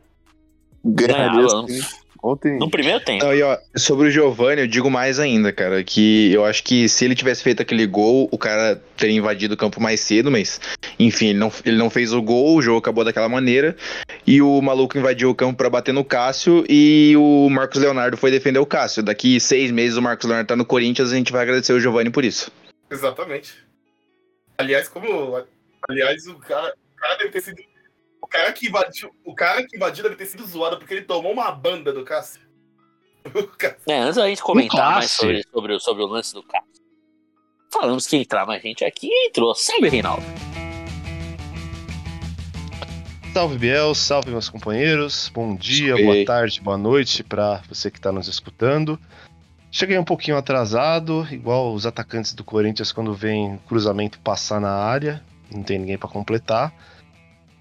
Speaker 5: ganharia.
Speaker 1: Ganhava,
Speaker 5: sim. Ontem.
Speaker 1: No primeiro tempo.
Speaker 9: Não, e ó, sobre o Giovanni, eu digo mais ainda, cara, que eu acho que se ele tivesse feito aquele gol, o cara teria invadido o campo mais cedo, mas enfim, ele não, ele não fez o gol, o jogo acabou daquela maneira, e o maluco invadiu o campo pra bater no Cássio, e o Marcos Leonardo foi defender o Cássio. Daqui seis meses o Marcos Leonardo tá no Corinthians, a gente vai agradecer o Giovanni por isso.
Speaker 6: Exatamente. Aliás, como. Aliás, o cara, o cara deve ter sido. O cara que invadiu. O cara que invadiu deve ter sido zoado porque ele tomou uma banda do Cássio. O Cássio.
Speaker 1: É, antes da gente comentar mais
Speaker 9: classe.
Speaker 1: sobre, sobre, o- sobre o lance do carro. Falamos que entrava a gente aqui e entrou. Segue, Reinaldo.
Speaker 11: Salve Biel, salve meus companheiros. Bom dia,
Speaker 9: Salve.
Speaker 11: boa tarde, boa noite para você que está nos escutando. Cheguei um pouquinho atrasado, igual os atacantes do Corinthians quando vem cruzamento passar na área, não tem ninguém para completar.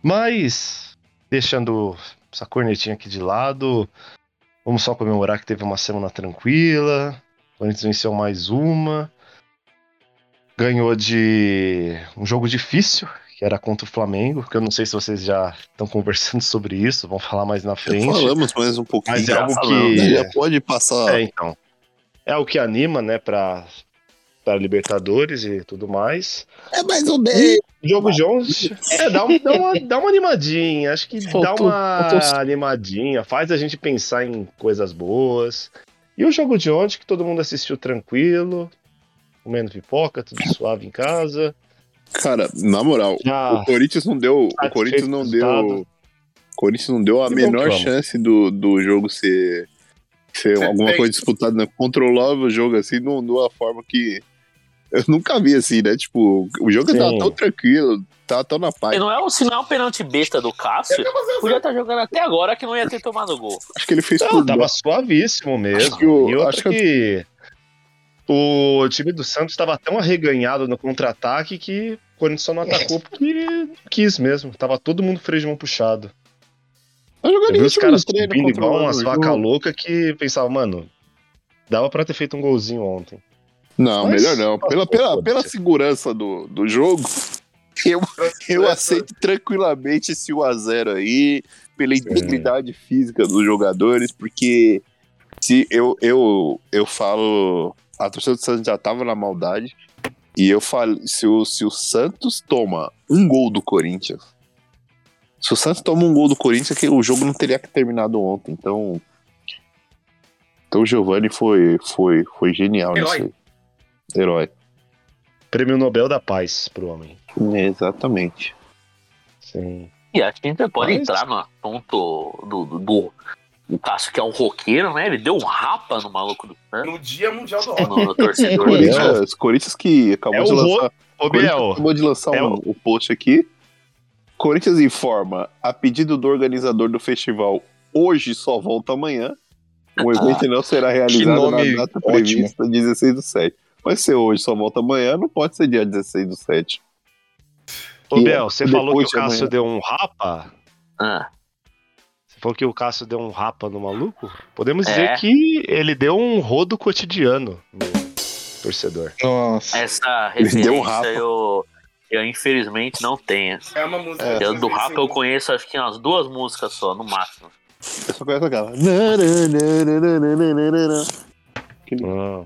Speaker 11: Mas deixando essa cornetinha aqui de lado, vamos só comemorar que teve uma semana tranquila. O Corinthians venceu mais uma. Ganhou de um jogo difícil, que era contra o Flamengo, que eu não sei se vocês já estão conversando sobre isso, vão falar mais na frente.
Speaker 5: Falamos mais um pouquinho.
Speaker 11: Mas é algo
Speaker 1: falamos,
Speaker 11: que.
Speaker 5: Já pode passar.
Speaker 11: É, então. É o que anima, né, pra, pra Libertadores e tudo mais.
Speaker 5: É mais um
Speaker 11: Jogo de 11. É, dá, um- dá uma, dá uma animadinha. Acho que dá
Speaker 5: Faltou-
Speaker 11: uma
Speaker 5: faltou-
Speaker 11: animadinha. Faz a gente pensar em coisas boas. E o jogo de ontem, que todo mundo assistiu tranquilo, comendo pipoca, tudo suave em casa.
Speaker 5: Cara, na moral,
Speaker 11: Já
Speaker 5: o Corinthians não deu. O
Speaker 11: Ah, satisfeito
Speaker 5: Corinthians não
Speaker 11: com o resultado.
Speaker 5: deu. O Corinthians não deu a
Speaker 11: Que bom que
Speaker 5: menor
Speaker 11: vamos.
Speaker 5: chance do, do jogo ser, ser
Speaker 6: Ser
Speaker 5: alguma
Speaker 6: feito.
Speaker 5: coisa disputada. Né? Controlava o jogo assim de uma forma que eu nunca vi assim, né? Tipo, o jogo
Speaker 11: Sim.
Speaker 5: tava tão tranquilo, tava tão na
Speaker 1: E
Speaker 5: paz.
Speaker 1: não é um sinal penalti besta do Cássio.
Speaker 6: um
Speaker 1: Podia estar jogando até agora que não ia ter tomado gol.
Speaker 5: Acho que ele fez
Speaker 11: Não,
Speaker 5: por
Speaker 11: tava suavíssimo mesmo.
Speaker 5: Acho que o-
Speaker 11: e outra
Speaker 5: acho que-
Speaker 11: que... o time do Santos tava tão arreganhado no contra-ataque que o Corinthians só não
Speaker 5: É.
Speaker 11: atacou porque quis mesmo. Tava todo mundo freio de mão puxado.
Speaker 5: Tá jogando
Speaker 11: Eu vi
Speaker 5: em
Speaker 11: os
Speaker 5: ritmo
Speaker 11: caras
Speaker 5: de treino,
Speaker 11: subindo igual
Speaker 5: controlando
Speaker 11: uma
Speaker 5: o
Speaker 11: vaca
Speaker 5: jogo.
Speaker 11: louca que pensava, mano, dava pra ter feito um golzinho ontem.
Speaker 5: Não,
Speaker 11: Mas-
Speaker 5: melhor não. Pela, pela, pela segurança do, do jogo, eu, eu aceito tranquilamente esse 1x0 aí, pela integridade física dos jogadores, porque se eu, eu, eu falo. A torcida do Santos já tava na maldade. E eu falo, se o, se o Santos toma um gol do Corinthians. Se o Santos toma um gol do Corinthians, que o jogo não teria terminado ontem. Então. Então o Giovanni foi, foi, foi genial
Speaker 6: Herói.
Speaker 5: nisso aí. Herói.
Speaker 11: Prêmio Nobel da Paz pro homem.
Speaker 5: É, Exatamente.
Speaker 11: Sim.
Speaker 1: E acho que a gente pode
Speaker 11: Mas-
Speaker 1: entrar no assunto do, do, do, do Cássio, que é um roqueiro, né? Ele deu um rapa no maluco do Santos, né?
Speaker 6: No dia mundial do rock.
Speaker 1: no, no torcedor do Santos.
Speaker 5: Corinthians, é Corinthians que acabou
Speaker 11: É
Speaker 5: de
Speaker 11: o Rô-
Speaker 5: lançar.
Speaker 11: Ô,
Speaker 5: Corinthians
Speaker 11: Biel,
Speaker 5: acabou de lançar
Speaker 11: É
Speaker 5: um, um post aqui. Corinthians informa, a pedido do organizador do festival, hoje só volta amanhã. O evento não será realizado na
Speaker 9: nome
Speaker 5: data
Speaker 9: ótimo.
Speaker 5: prevista, 16 do 7. Mas se hoje só volta amanhã, não pode ser dia 16 do 7.
Speaker 11: Ô, Biel, você falou que o Cássio deu um rapa?
Speaker 1: Ah.
Speaker 11: Você falou que o Cássio deu um rapa no maluco? Podemos
Speaker 1: É.
Speaker 11: dizer que ele deu um rodo cotidiano no torcedor.
Speaker 9: Nossa.
Speaker 1: Essa
Speaker 11: Ele
Speaker 1: referência
Speaker 11: deu um rapa.
Speaker 1: eu, eu infelizmente não tenho.
Speaker 6: É uma música. assim,
Speaker 1: Eu, do rap eu conheço acho que umas duas músicas só, no máximo.
Speaker 5: Eu só conheço aquela. Nananananananana. Aquele-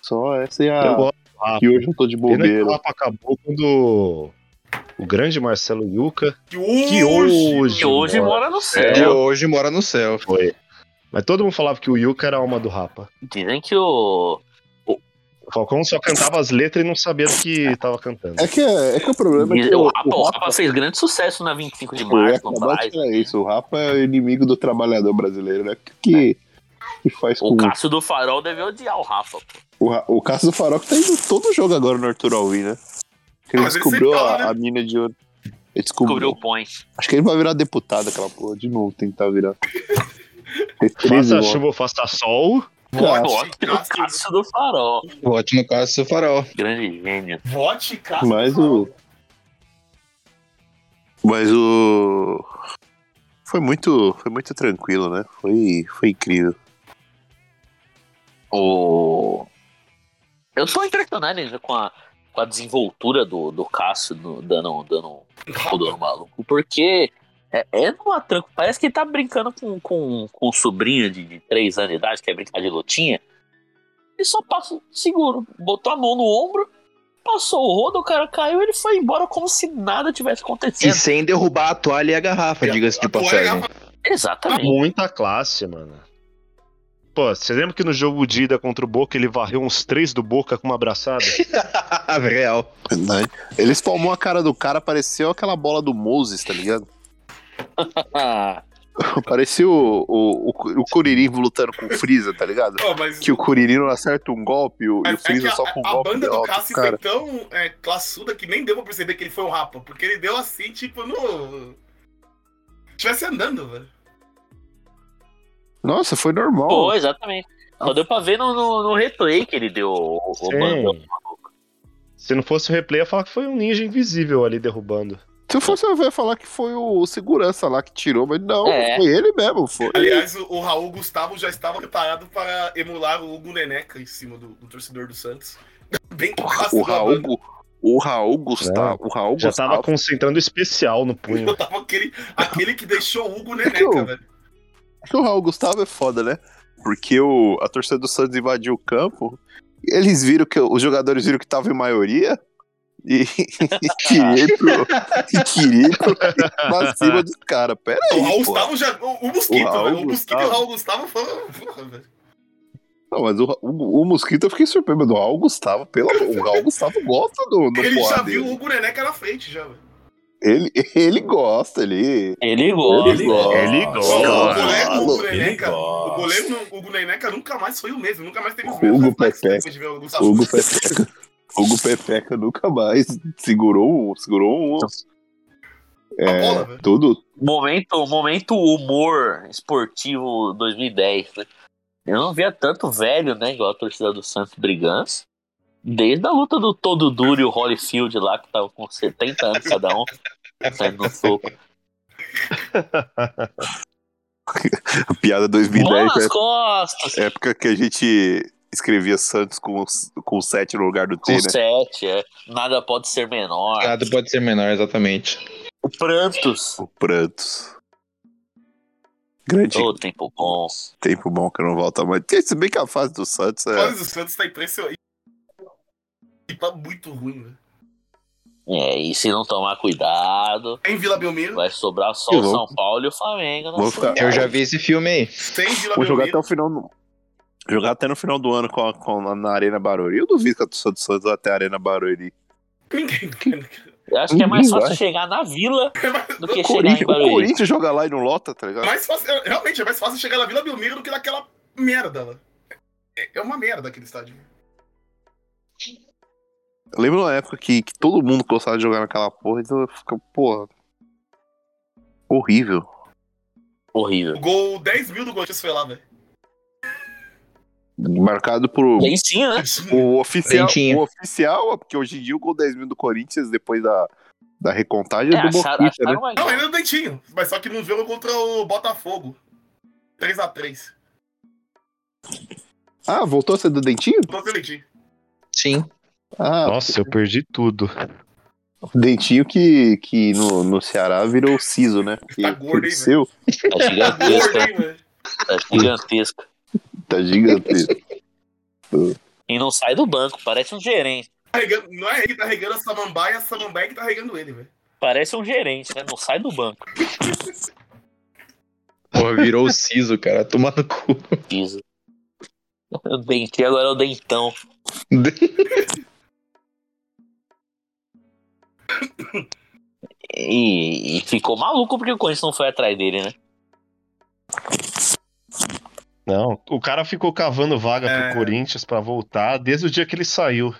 Speaker 5: Só essa e
Speaker 11: Ah. Eu
Speaker 5: a.
Speaker 11: gosto do Rafa.
Speaker 5: E hoje eu tô de
Speaker 11: Pena que É, o
Speaker 5: bobeira.
Speaker 11: Rafa acabou quando o grande Marcelo Yuca,
Speaker 6: que
Speaker 11: hoje,
Speaker 1: que hoje mora
Speaker 11: É,
Speaker 1: no céu.
Speaker 9: De É, hoje mora no céu.
Speaker 11: Foi. Mas todo mundo falava que o Yuca era a alma do Rapa.
Speaker 1: Dizem que o.
Speaker 11: O Falcão só cantava as letras e não sabia do que tava cantando.
Speaker 5: É que, é, é que o problema é
Speaker 1: dizem-
Speaker 5: que
Speaker 1: o
Speaker 5: o,
Speaker 1: Rapa,
Speaker 5: o
Speaker 1: o
Speaker 5: Rapa,
Speaker 1: Rapa fez grande sucesso na 25 de
Speaker 5: Tipo, eu ia
Speaker 1: março, no
Speaker 5: acabar de
Speaker 1: Brás.
Speaker 5: falar isso. O Rapa é o inimigo do trabalhador brasileiro, né? O que, que faz com
Speaker 1: O Cássio do Farol deve odiar o Rafa, pô.
Speaker 5: O, Ra- o Cássio do Farol que tá indo todo jogo agora no Arthur Alvim, né? Que ele
Speaker 6: Mas ele
Speaker 5: descobriu
Speaker 6: sempre
Speaker 5: a,
Speaker 6: fala, né?
Speaker 5: a mina de ouro. Ele
Speaker 1: Cobriu
Speaker 5: descobriu.
Speaker 1: o point.
Speaker 5: Acho que ele vai virar deputado, aquela porra, de novo, tentar virar. Tem três
Speaker 11: Faça
Speaker 5: votos.
Speaker 11: chuva, faça sol.
Speaker 1: Vote no Cássio do Farol.
Speaker 9: Vote no Cássio Farol.
Speaker 1: Grande gênio.
Speaker 6: Vote, cara.
Speaker 5: Mas o. Mas o. Foi muito, foi muito tranquilo, né? Foi, foi incrível.
Speaker 1: O... Eu tô impressionado ainda com a, com a desenvoltura do, do Cássio no- dando, dando um rodando maluco, porque é, é numa tranca. Parece que ele tá brincando com, com, com um sobrinho de, de 3 anos de idade, que é brincar de lotinha. Ele só passa seguro, botou a mão no ombro, passou o rodo, o cara caiu, ele foi embora como se nada tivesse
Speaker 9: E
Speaker 1: acontecido.
Speaker 9: sem derrubar a toalha e a garrafa, diga-se de passagem.
Speaker 1: Exatamente.
Speaker 11: Muita classe, mano. Pô, você lembra que no jogo de ida contra o Boca ele varreu uns três do Boca com uma abraçada?
Speaker 9: Real.
Speaker 5: Verdade. né? Ele espalmou a cara do cara, pareceu aquela bola do Moses, tá ligado? Parecia o, o, o, o Curirim lutando com o Freeza, tá ligado?
Speaker 6: Ó, mas
Speaker 5: que o Kuririn não acerta um golpe e o, e o
Speaker 6: mas é que
Speaker 5: Freeza
Speaker 6: a,
Speaker 5: só com um
Speaker 6: a
Speaker 5: golpe.
Speaker 6: banda do
Speaker 5: derrota o
Speaker 6: Cássio foi
Speaker 5: cara.
Speaker 6: tão é, classuda que nem deu pra perceber que ele foi um rapa, porque ele deu assim, tipo, no. Tivesse andando, velho.
Speaker 5: Nossa, foi normal.
Speaker 1: Pô, exatamente. Só deu pra ver no, no, no replay que ele deu o, o bandão.
Speaker 11: Sim. Se não fosse o replay, ia falar que foi um ninja invisível ali derrubando.
Speaker 5: Se eu fosse eu ia falar que foi o segurança lá que tirou, mas não,
Speaker 1: É.
Speaker 5: foi ele mesmo. Foi.
Speaker 6: Aliás, o, o Raul Gustavo já estava preparado para emular o Hugo Neneca em cima do, do torcedor do Santos. Bem clássico
Speaker 5: O
Speaker 6: da
Speaker 5: Raul,
Speaker 6: banda.
Speaker 5: Gu- o Raul Gustavo. o Raul
Speaker 11: Já
Speaker 5: Gustavo.
Speaker 11: tava concentrando especial no punho.
Speaker 6: Eu tava aquele, aquele que deixou o Hugo
Speaker 5: que o-
Speaker 6: Neneca, velho.
Speaker 5: Acho que o Raul Gustavo é foda, né? Porque o, a torcida do Santos invadiu o campo, e eles viram que os jogadores viram que tava em maioria. E, e queria ir pro, e queria ir pro, pra cima dos caras. Pera aí.
Speaker 6: O Raul
Speaker 5: pô.
Speaker 6: Gustavo já. O, o Mosquito,
Speaker 5: O Raul
Speaker 6: velho. O Mosquito e o
Speaker 5: Gustavo.
Speaker 6: Raul Gustavo foram. Porra, velho.
Speaker 5: Não, mas o, o, o Mosquito eu fiquei surpreso, mas o Raul Gustavo, pelo amor, o Raul Gustavo gosta do, do
Speaker 6: Ele já
Speaker 5: porra
Speaker 6: viu um- o
Speaker 5: dele.
Speaker 6: Hugo Neneca na frente, já, velho.
Speaker 5: Ele, ele gosta, ele.
Speaker 1: Ele gosta.
Speaker 5: Ele gosta.
Speaker 11: Ele
Speaker 6: O é
Speaker 11: gosta.
Speaker 6: goleiro do Hugo
Speaker 7: Ele
Speaker 6: Neneca. O
Speaker 7: gosta.
Speaker 6: goleiro do Hugo Neneca nunca mais foi o mesmo. Nunca mais teve os
Speaker 5: Hugo
Speaker 6: mesmos. reflexos
Speaker 5: Pepeca.
Speaker 6: depois de ver o Gustavo.
Speaker 5: Hugo Pepeca. Hugo Pepeca nunca mais segurou um. Segurou um.
Speaker 6: A bola,
Speaker 5: É,
Speaker 6: velho.
Speaker 5: tudo.
Speaker 1: Momento, momento humor esportivo 2010, né? Eu não via tanto velho, né? Igual a torcida do Santos brigando. Desde a luta do Todo Duro e o Holyfield lá, que tava com 70 anos cada um, saindo no soco.
Speaker 5: A piada
Speaker 1: Bola
Speaker 5: 2010,
Speaker 1: nas
Speaker 5: né?
Speaker 1: costas!
Speaker 5: época que a gente escrevia Santos com, com 7 no lugar do
Speaker 1: Com
Speaker 5: T, né?
Speaker 1: 7, é. Nada pode ser menor.
Speaker 9: Nada pode ser menor, exatamente.
Speaker 1: O Prantos.
Speaker 5: O Prantos. Grande
Speaker 1: Ô, tempo bom.
Speaker 5: tempo bom que não volta mais. Se bem que a fase do Santos
Speaker 6: O
Speaker 5: é.
Speaker 6: Flores do Santos tá impressionante. E tá muito ruim, velho.
Speaker 1: É, e se não tomar cuidado,
Speaker 6: Sem Vila Belmiro.
Speaker 1: vai sobrar só
Speaker 5: Eu
Speaker 1: o
Speaker 5: vou-
Speaker 1: São Paulo e o Flamengo. na
Speaker 5: Vou ficar-
Speaker 1: final.
Speaker 9: Eu já vi esse filme aí.
Speaker 6: Sem Vila
Speaker 5: Vou jogar até
Speaker 6: Belmiro.
Speaker 5: o final do... Jogar até no final do ano com a- com a- na Arena Barueri. Eu duvido que a torcida do Santos vá até a Arena Barueri.
Speaker 6: Ninguém vai. É
Speaker 1: Eu acho que é mais
Speaker 5: Ninguém
Speaker 1: fácil
Speaker 5: vai.
Speaker 1: chegar na vila do que
Speaker 5: O
Speaker 1: chegar
Speaker 5: Corinthians,
Speaker 1: em
Speaker 5: o
Speaker 1: Barueri.
Speaker 5: Corinthians joga lá e não lota, tá ligado?
Speaker 6: Mais fácil, é, realmente, é mais fácil chegar na Vila Belmiro do que naquela merda, velho. É- É uma merda aquele estádio.
Speaker 5: Eu lembro uma época que, que todo mundo gostava de jogar naquela porra, então fica, porra. Horrível.
Speaker 1: Horrível.
Speaker 6: O gol 10 mil do Corinthians foi lá, velho.
Speaker 5: Marcado por.
Speaker 1: Tem sim né? antes.
Speaker 5: O oficial,
Speaker 9: Dentinho.
Speaker 5: o oficial, ó, porque hoje em dia o gol 10 mil do Corinthians, depois da, Da recontagem
Speaker 6: É,
Speaker 5: do
Speaker 6: acharam-
Speaker 5: Boquita, né?
Speaker 6: acharam uma- Não, ainda no Dentinho. Mas só que no jogo contra o Botafogo. 3x3.
Speaker 5: Ah, voltou a ser do Dentinho?
Speaker 6: Tô Dentinho.
Speaker 9: Sim.
Speaker 11: Nossa, eu perdi tudo.
Speaker 5: O Dentinho que, que no, no Ceará virou o Siso, né? Que cresceu.
Speaker 6: é
Speaker 1: Tá gigantesca. tá gigantesca.
Speaker 5: Tá gigantesco.
Speaker 1: E não sai do banco, parece um gerente.
Speaker 6: Carregando- Não é ele que tá regando a Samambaia, a Samambaia que tá regando ele, velho.
Speaker 1: Parece um gerente, né? Não sai do banco.
Speaker 9: Porra, virou o siso, cara. Toma no cu.
Speaker 1: Siso. O dente agora é o dentão. E, e ficou maluco porque o Corinthians não foi atrás dele, né?
Speaker 11: Não, o cara ficou cavando vaga pro Corinthians pra voltar desde o dia que ele saiu.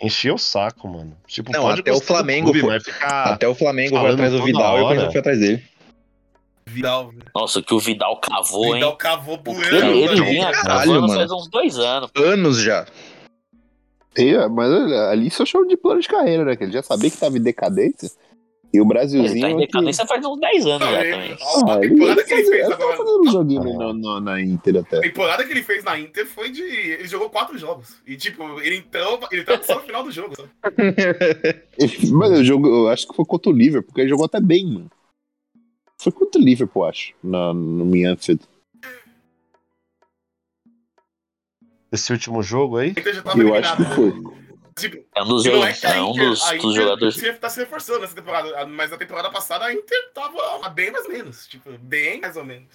Speaker 11: Encheu o saco, mano. Tipo,
Speaker 9: Não,
Speaker 11: pode
Speaker 9: até o
Speaker 11: gostar do
Speaker 9: Flamengo
Speaker 11: clube,
Speaker 9: foi-
Speaker 11: mas ficar
Speaker 9: até o Flamengo foi
Speaker 11: falando
Speaker 9: atrás do
Speaker 11: toda
Speaker 9: Vidal e o
Speaker 11: hora.
Speaker 9: Corinthians foi atrás dele.
Speaker 6: Vidal.
Speaker 1: Nossa, o que o Vidal cavou, hein?
Speaker 6: Vidal cavou por
Speaker 1: ele. Ele vem
Speaker 9: Caralho,
Speaker 1: cavando
Speaker 9: mano.
Speaker 1: faz uns dois anos.
Speaker 9: Anos já.
Speaker 5: É, mas olha, ali só chama de plano de carreira, né? Que ele já sabia que tava em decadência. E
Speaker 1: Ele tá
Speaker 5: o
Speaker 1: em
Speaker 5: Brasilzinho.
Speaker 1: decadência faz uns 10 anos
Speaker 6: é,
Speaker 1: já também.
Speaker 5: Ah, ele, ele, fazia- ele tava fazendo um joguinho no- no- na Inter até.
Speaker 6: A temporada que ele fez na Inter foi de. Ele jogou quatro jogos. E, tipo, ele entrou, ele entrou só no final do jogo. sabe?
Speaker 5: Ele- Mas eu, jogo, eu acho que foi contra o Liverpool, porque ele jogou até bem, mano. Foi contra o Liverpool, acho, na, no minha Anfield.
Speaker 11: esse último jogo aí.
Speaker 6: Então já tava
Speaker 5: Eu acho que
Speaker 8: né?
Speaker 6: eliminado,
Speaker 5: foi.
Speaker 6: Tipo,
Speaker 1: É um dos,
Speaker 6: não
Speaker 1: jogos-
Speaker 6: que a
Speaker 1: é um
Speaker 6: Inter-
Speaker 1: dos,
Speaker 6: a
Speaker 1: dos
Speaker 6: Inter
Speaker 1: jogadores.
Speaker 6: tinha- tá se reforçando essa temporada. Mas na temporada passada a Inter tava bem mais ou menos. Tipo, bem mais ou menos.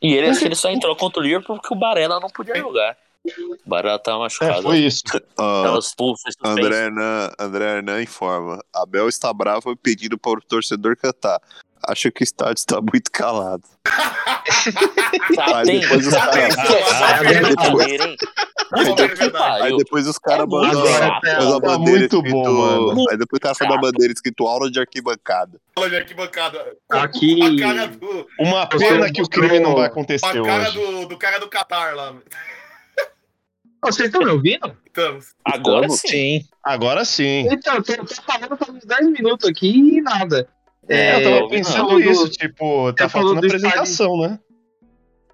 Speaker 1: E ele, acho que ele só entrou contra o Liverpool porque o Barella não podia jogar. O Barella tava machucado.
Speaker 5: É, foi
Speaker 11: isso.
Speaker 1: Tava expulso, foi suspenso.
Speaker 5: Ah, André Hernan, André Hernan informa. Abel está bravo e pedindo para o torcedor cantar. Acho que o estádio está muito calado.
Speaker 1: Tá,
Speaker 5: Aí
Speaker 1: tem,
Speaker 5: depois os
Speaker 1: tá,
Speaker 5: caras.
Speaker 1: tem, tá, tem,
Speaker 5: Aí
Speaker 1: tá,
Speaker 5: depois-
Speaker 1: tem, hein?
Speaker 5: Aí
Speaker 1: Puta
Speaker 5: depois-
Speaker 1: que pariu.
Speaker 5: Aí depois os caras
Speaker 1: É muito
Speaker 5: mandam
Speaker 1: chato,
Speaker 5: faz a
Speaker 1: tá
Speaker 5: bandeira
Speaker 1: muito
Speaker 5: escrito.
Speaker 1: bom, mano.
Speaker 5: Aí depois o cara faz a
Speaker 1: Chato.
Speaker 5: bandeira escrito aula de arquibancada.
Speaker 6: Olha de arquibancada.
Speaker 8: Aqui.
Speaker 6: A cara do.
Speaker 11: Uma
Speaker 8: Você
Speaker 11: pena que o
Speaker 8: mostrou-
Speaker 11: crime não vai acontecer
Speaker 6: A cara
Speaker 11: hoje.
Speaker 6: do, do cara do Qatar lá.
Speaker 8: Vocês estão me ouvindo?
Speaker 6: Estamos.
Speaker 1: Agora
Speaker 11: Estamos?
Speaker 1: sim.
Speaker 11: Agora sim.
Speaker 8: Então, eu tô, tô falando faz uns 10 minutos aqui e nada.
Speaker 11: É, eu tava pensando
Speaker 8: falou do-
Speaker 11: isso, tipo, tá
Speaker 8: você falou
Speaker 11: faltando
Speaker 8: do estádio.
Speaker 11: apresentação, né?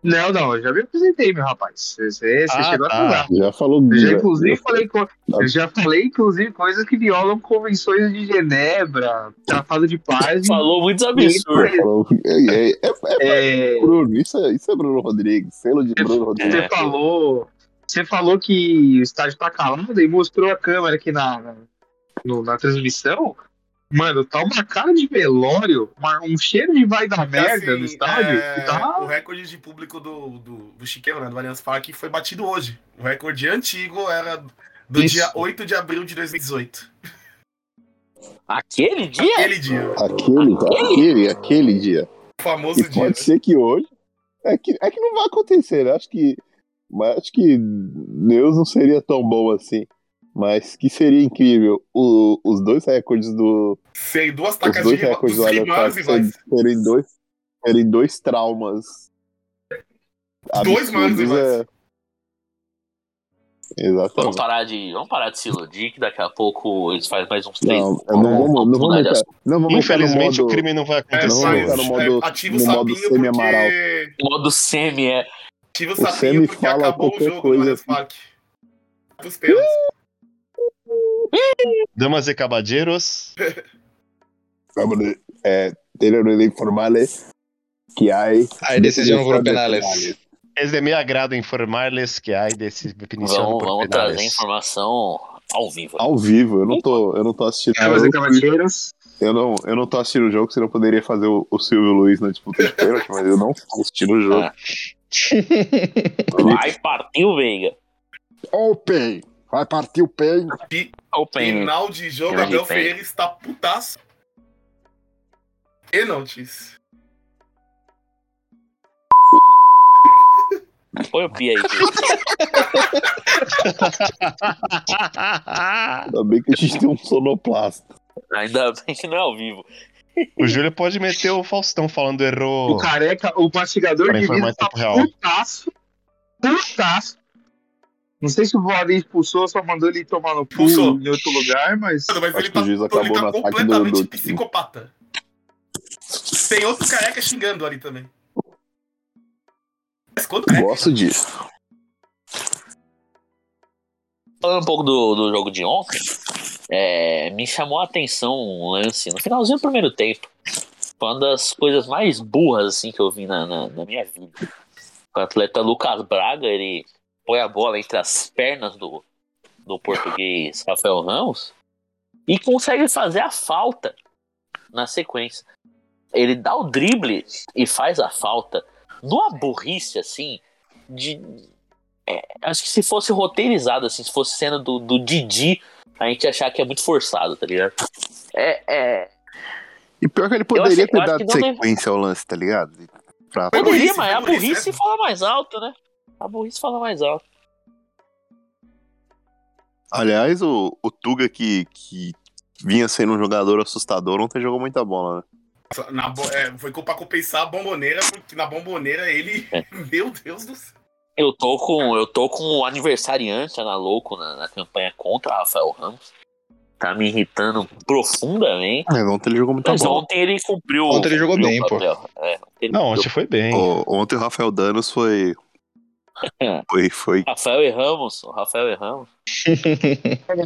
Speaker 8: Não, não, eu já me apresentei, meu rapaz. Você, você
Speaker 11: Ah,
Speaker 8: chegou
Speaker 11: tá.
Speaker 8: a atrasar.
Speaker 5: Já falou
Speaker 8: Eu já,
Speaker 5: já-
Speaker 8: inclusive, falei, co- eu já falei, inclusive, coisas que violam convenções de Genebra, Tratado de Paz.
Speaker 1: Falou muitos
Speaker 5: já
Speaker 1: absurdos.
Speaker 5: falou- É, é, é,
Speaker 8: É,
Speaker 5: Bruno, isso é, isso é Bruno Rodrigues, selo de Bruno Rodrigues.
Speaker 8: Você falou. Você falou que o estádio tá calado e mostrou a câmera aqui na, na, no- na transmissão. Mano, tá uma cara de velório, uma- um cheiro de vai
Speaker 1: Assim,
Speaker 8: dar merda no estádio.
Speaker 6: Tá, É,
Speaker 8: que Tá...
Speaker 6: O recorde de público do, do, do Chiqueiro, né, do Allianz Parque, foi batido hoje. O recorde antigo era do
Speaker 8: Isso.
Speaker 6: dia 8 de abril de 2018.
Speaker 1: Aquele dia?
Speaker 6: Aquele dia.
Speaker 5: Aquele, aquele, aquele dia.
Speaker 6: O famoso
Speaker 5: E
Speaker 6: dia.
Speaker 5: pode ser que hoje. É que, é que não vai acontecer, né? acho que. Mas acho que Deus não seria tão bom assim. Mas que seria incrível o- os dois recordes do.
Speaker 6: Sem duas
Speaker 5: Os
Speaker 6: tacas de
Speaker 5: dois
Speaker 6: riba-
Speaker 5: recordes do
Speaker 6: dos
Speaker 5: Allianz
Speaker 6: rimados
Speaker 5: Parque
Speaker 6: e vai.
Speaker 5: serem serem dois, serem dois traumas.
Speaker 6: Dois manos e
Speaker 5: absurdos, é.
Speaker 1: Vamos
Speaker 5: Exatamente.
Speaker 11: tá,
Speaker 1: parar, de, vamos parar de se iludir, que daqui a pouco eles fazem mais uns três.
Speaker 5: Não, eu não vamos, não vamos
Speaker 1: mudar de
Speaker 5: entrar,
Speaker 1: assunto.
Speaker 5: não vamos entrar no
Speaker 11: Infelizmente
Speaker 5: modo-
Speaker 11: o crime não vai
Speaker 6: É,
Speaker 11: acontecer
Speaker 5: Não,
Speaker 6: mas,
Speaker 5: tá no
Speaker 6: é,
Speaker 5: modo-
Speaker 6: ativa o
Speaker 5: no modo
Speaker 6: sapinho
Speaker 5: semi-amaral.
Speaker 6: porque...
Speaker 1: O modo semi é.
Speaker 6: Ativa o
Speaker 5: O
Speaker 6: sapinho
Speaker 5: Semi
Speaker 6: porque
Speaker 5: fala
Speaker 6: acabou o
Speaker 5: qualquer
Speaker 6: jogo do
Speaker 5: coisa,
Speaker 6: Allianz
Speaker 5: assim.
Speaker 6: Parque. Dos pênaltis.
Speaker 11: Damas e caballeros,
Speaker 5: Vamos, eh, tener de informarles que hay.
Speaker 9: Aí decidiram por penales.
Speaker 11: é de meu agrado informar-lhes que há desse
Speaker 9: é
Speaker 11: definição
Speaker 1: Vamos,
Speaker 11: por
Speaker 1: vamos trazer
Speaker 11: penales.
Speaker 1: informação ao vivo. né?
Speaker 5: Ao vivo, eu não tô, eu não tô assistindo.
Speaker 11: É,
Speaker 1: é,
Speaker 5: o
Speaker 8: Damas e
Speaker 5: jogo.
Speaker 8: cavalheiros,
Speaker 5: eu, não, eu não tô assistindo o jogo, senão eu poderia fazer o, o Silvio Luiz na disputa de pênalti, mas eu não tô assistindo o jogo.
Speaker 1: Ah. Vai partir o Veiga.
Speaker 5: Open! Vai partir o PEN.
Speaker 1: Open.
Speaker 6: Final de jogo,
Speaker 1: Final de
Speaker 6: Abel
Speaker 1: pênalti.
Speaker 6: Ferreira está putaço. Pênaltis.
Speaker 1: Põe o Pi aí. Gui. ah.
Speaker 5: Ainda bem que a gente tem um sonoplasta.
Speaker 1: Ainda bem que não é ao vivo.
Speaker 11: O Júlio pode meter o Faustão falando
Speaker 8: o
Speaker 11: errou.
Speaker 8: careca, o mastigador
Speaker 11: Pra
Speaker 8: de tá
Speaker 11: informar
Speaker 8: vidro
Speaker 11: em
Speaker 8: tá
Speaker 11: tempo real.
Speaker 8: putaço. Putaço. Não sei se o Voadem expulsou, só mandou ele tomar no cu
Speaker 6: Expulsou.
Speaker 8: em outro lugar, mas.
Speaker 6: Mas ele
Speaker 5: que
Speaker 6: tá,
Speaker 5: o juiz
Speaker 6: ele
Speaker 5: acabou
Speaker 6: tá
Speaker 5: no ataque do-
Speaker 6: completamente
Speaker 5: do-
Speaker 6: psicopata. Tem outro careca xingando ali também.
Speaker 5: Gosto disso.
Speaker 1: Falando um pouco do, do jogo de ontem, é, me chamou a atenção um lance no finalzinho do primeiro tempo. Foi uma das coisas mais burras assim, que eu vi na, na- na minha vida. O atleta Lucas Braga, ele põe a bola entre as pernas do, do português Rafael Ramos e consegue fazer a falta na sequência. Ele dá o drible e faz a falta numa burrice assim de, é, acho que se fosse roteirizado, assim, se fosse cena do, do Didi, a gente ia achar que é muito forçado, tá ligado? É, é.
Speaker 5: E pior que ele
Speaker 1: achei-
Speaker 5: poderia
Speaker 1: eu
Speaker 5: ter
Speaker 1: acho que
Speaker 5: dado
Speaker 1: não deve-
Speaker 5: sequência ao lance, tá ligado? Pra...
Speaker 1: Poderia, mas a burrice fala mais alto, né? A burrice fala mais alto.
Speaker 5: Aliás, o, o Tuga que, que vinha sendo um jogador assustador ontem jogou muita bola, né?
Speaker 6: Na bo- é, foi pra compensar a bomboneira, porque na bomboneira ele.
Speaker 1: É.
Speaker 6: Meu Deus do céu.
Speaker 1: Eu tô com, eu tô com o aniversariante Ana Louco na, na campanha contra Rafael Ramos. Tá me irritando profundamente.
Speaker 5: Mas né? É, ontem ele jogou muita
Speaker 1: Mas
Speaker 5: bola.
Speaker 1: ontem ele cumpriu.
Speaker 5: Ontem ele jogou
Speaker 1: cumpriu
Speaker 5: bem,
Speaker 1: o
Speaker 5: pô.
Speaker 1: papel. É, ontem ele
Speaker 11: Não,
Speaker 1: cumpriu.
Speaker 11: ontem foi bem.
Speaker 5: O- ontem o Rafael Danos foi.
Speaker 8: É.
Speaker 5: Foi, foi.
Speaker 1: Rafael e Ramos, o Rafael e Ramos.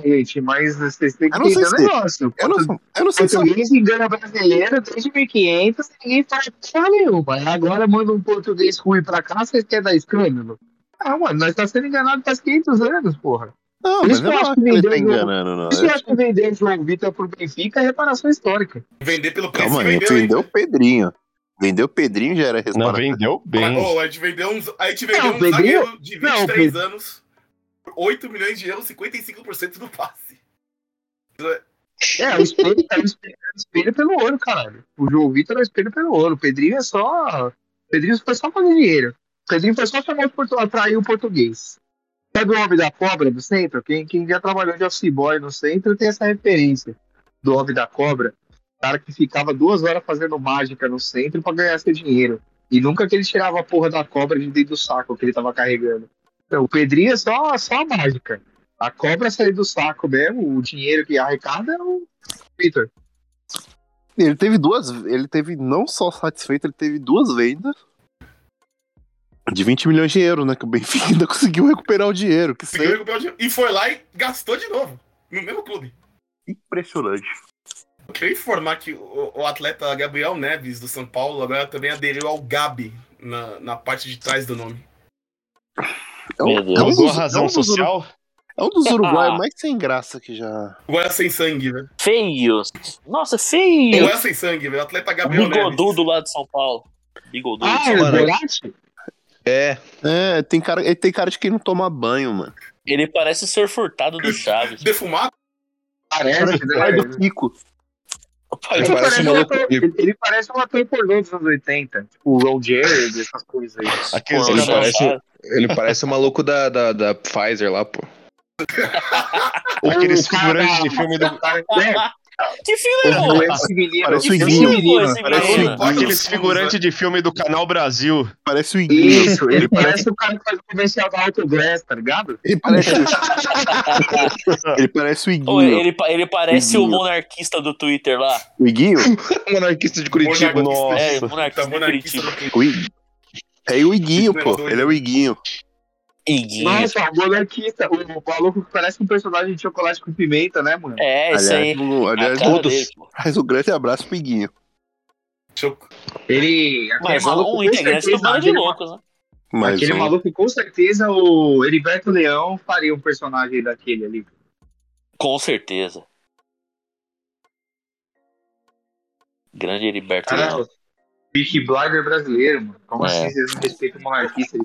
Speaker 8: Gente, mas vocês têm que
Speaker 1: Eu não sei
Speaker 8: entender o
Speaker 1: se-
Speaker 8: negócio.
Speaker 1: eu não-
Speaker 5: eu não sei se-
Speaker 8: português engana brasileiro desde 1500, ninguém faz porra nenhuma. Aí Agora manda um português ruim pra cá, vocês querem dar escândalo? Ah, mano, nós estamos sendo enganados faz 500 anos, porra.
Speaker 5: Não,
Speaker 8: Por
Speaker 5: mas
Speaker 8: isso
Speaker 5: eu
Speaker 8: que
Speaker 5: não
Speaker 8: eu acho
Speaker 5: acho
Speaker 8: que
Speaker 5: que ele tá
Speaker 8: vendeu o jogo.
Speaker 5: enganando, não.
Speaker 8: Por isso que eu acho que vender João Vitor pro Benfica é reparação histórica.
Speaker 6: Vender pelo preço
Speaker 5: Calma
Speaker 6: que
Speaker 5: aí,
Speaker 6: vendeu. hein?
Speaker 5: vendeu o Pedrinho. Vendeu o Pedrinho já era resposta.
Speaker 11: Não, vendeu
Speaker 6: Mas, ô, a gente vendeu uns. A gente vendeu
Speaker 8: Não,
Speaker 6: um
Speaker 8: Pedrinho-
Speaker 6: zagueiro de 23
Speaker 8: não, Pedro-
Speaker 6: anos por 8 milhões de euros, 55% do passe.
Speaker 8: É, o espelho, é o espelho, é o espelho pelo ouro, caralho. O João Vitor é o espelho pelo ouro. O Pedrinho é só. O Pedrinho foi só fazer dinheiro. O Pedrinho foi só chamar o portu... atrair o português. Sabe o homem da cobra do centro? Quem, quem já trabalhou de office boy no centro tem essa referência do homem da cobra. Cara que ficava duas horas fazendo mágica no centro pra ganhar seu dinheiro. E nunca que ele tirava a porra da cobra de dentro do saco que ele tava carregando. Então, o Pedrinho é só, só a mágica. A cobra sair do saco mesmo, o dinheiro que arrecada é o Peter.
Speaker 5: Ele teve duas. Ele teve não só satisfeito, ele teve duas vendas. De 20 milhões de euros, né? Que o Benfica ainda conseguiu recuperar o dinheiro. Que isso
Speaker 6: Conseguiu
Speaker 5: é
Speaker 6: recuperar o dinheiro. E foi lá e gastou de novo. No mesmo clube.
Speaker 5: impressionante.
Speaker 6: Eu queria informar que o, o atleta Gabriel Neves, do São Paulo, agora também aderiu ao Gabi na, na parte de trás do nome.
Speaker 5: É um,
Speaker 1: Meu Deus.
Speaker 5: é um
Speaker 1: Usou
Speaker 5: dos-
Speaker 1: a razão
Speaker 5: é um dos-
Speaker 1: social?
Speaker 5: É um dos
Speaker 8: Ah.
Speaker 5: uruguaios mais sem graça que já.
Speaker 6: Goiás sem sangue, velho.
Speaker 1: Feios. Nossa, feios.
Speaker 6: Goiás sem sangue, velho. Atleta Gabriel Neves.
Speaker 1: Bigodudo lá de São Paulo. Bigodudo.
Speaker 8: Ah,
Speaker 5: Mano,
Speaker 8: Verratti?
Speaker 5: É. É, tem cara, ele tem cara de quem não toma banho, mano.
Speaker 1: Ele parece o Sr. Furtado do Chaves.
Speaker 6: Defumado?
Speaker 8: Parece, né?
Speaker 5: Pai do Kiko.
Speaker 8: Ele parece, um ator, ele, ele parece um ator pornô dos anos 80. Tipo, o Ron Jerry, essas coisas aí.
Speaker 11: Aqueles
Speaker 9: ele,
Speaker 11: caras.
Speaker 9: parece, ele parece o maluco da, da, da Pfizer lá, pô.
Speaker 11: Ou aqueles
Speaker 8: O cara- né,
Speaker 11: figurantes de filme do.
Speaker 1: Que filme,
Speaker 8: É,
Speaker 1: irmão?
Speaker 8: não é esse menino.
Speaker 5: Parece o
Speaker 8: esse
Speaker 5: Iguinho.
Speaker 8: menino.
Speaker 1: Esse
Speaker 11: Parece
Speaker 1: menino.
Speaker 11: um- aqueles figurantes de filme do Canal Brasil.
Speaker 5: Parece o Iguinho.
Speaker 8: Isso, ele parece o cara que faz o comercial da Autoglass, tá ligado?
Speaker 5: Ele parece, ele parece o Iguinho.
Speaker 1: Ô, ele, pa- ele parece o
Speaker 5: Iguinho.
Speaker 1: monarquista do Twitter lá.
Speaker 5: O Iguinho?
Speaker 9: Monarquista de Curitiba.
Speaker 1: É,
Speaker 8: tá
Speaker 5: Nossa.
Speaker 1: monarquista
Speaker 6: tá,
Speaker 1: de Curitiba.
Speaker 5: O Iguinho. É o Iguinho, pô. Ele é o Iguinho.
Speaker 1: Iguinho.
Speaker 8: Nossa, o monarquista, o maluco que parece um personagem de chocolate com pimenta, né, mano?
Speaker 1: É, isso aí.
Speaker 5: Aliás, um, aliás
Speaker 1: A cara
Speaker 5: todos.
Speaker 1: dele, pô.
Speaker 5: Faz um grande abraço pro Iguinho.
Speaker 8: Ele.
Speaker 1: Mas
Speaker 8: aquele maluco,
Speaker 1: um
Speaker 8: com
Speaker 1: integrante do
Speaker 8: certeza,
Speaker 1: Bando de
Speaker 8: aquele
Speaker 1: Loucos, né?
Speaker 5: Mas
Speaker 8: aquele
Speaker 5: o-
Speaker 8: maluco, com certeza, o Heriberto Leão faria um personagem daquele ali.
Speaker 1: Com certeza. Grande Heriberto
Speaker 8: Cara,
Speaker 1: Leão.
Speaker 8: o Big Blinder brasileiro, mano. Como
Speaker 1: É.
Speaker 8: assim vocês não respeitam o monarquista?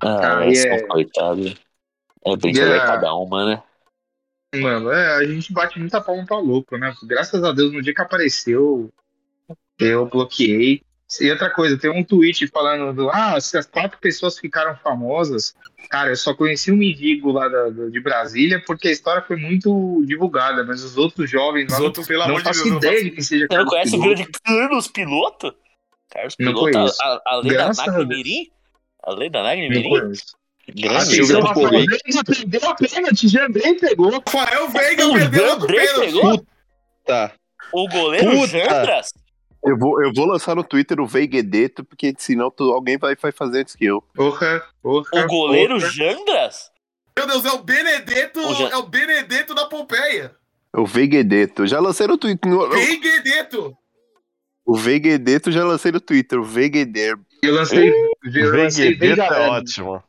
Speaker 1: Ah,
Speaker 8: cara,
Speaker 1: é só
Speaker 8: é-
Speaker 1: coitado. É brincadeira
Speaker 8: Yeah.
Speaker 1: cada uma, né?
Speaker 8: Mano, é, a gente bate muita palma pra louco, né? Graças a Deus, no dia que apareceu, eu bloqueei. E outra coisa, tem um tweet falando do, ah, se as quatro pessoas ficaram famosas, cara, eu só conheci o Mendigo lá da- da- de Brasília porque a história foi muito divulgada, mas os outros jovens lá
Speaker 6: Os
Speaker 8: não-
Speaker 6: outros, pelo
Speaker 8: não,
Speaker 6: amor de
Speaker 8: faço
Speaker 6: Deus, não
Speaker 8: ideia
Speaker 6: faço-
Speaker 8: de quem seja
Speaker 1: Você não conhece o
Speaker 8: Piloto.
Speaker 1: grande Carlos Piloto? Carlos
Speaker 8: Não
Speaker 1: Piloto,
Speaker 8: conheço.
Speaker 1: a, a, a lei da
Speaker 8: Graças a
Speaker 1: Nagre
Speaker 8: Deus.
Speaker 1: Mirim? A lei da Nagre
Speaker 8: Não
Speaker 1: Mirim?
Speaker 8: conheço. Ah, Silvio Rafael Veiga perdeu a pênalti, Jandrei pegou.
Speaker 6: Rafael Veiga perdeu outro pênalti.
Speaker 12: Tá.
Speaker 1: O goleiro
Speaker 12: Puta.
Speaker 1: Jandras?
Speaker 5: Eu vou, eu vou lançar no Twitter o Veiguedeto, porque senão tu- alguém vai, vai fazer antes que eu.
Speaker 1: O goleiro Jandras?
Speaker 6: Meu Deus, é o Benedetto,
Speaker 5: Ô, Jean-
Speaker 6: é o Benedetto da Pompeia.
Speaker 5: O Veiguedeto. Já lancei no Twitter. no-
Speaker 6: Benedetto.
Speaker 5: o Veiguedeto já lancei no Twitter. O Veigueder.
Speaker 8: Eu
Speaker 6: lancei-
Speaker 8: eu lancei Veiguedeto é Veigarelli.
Speaker 9: tá ótimo.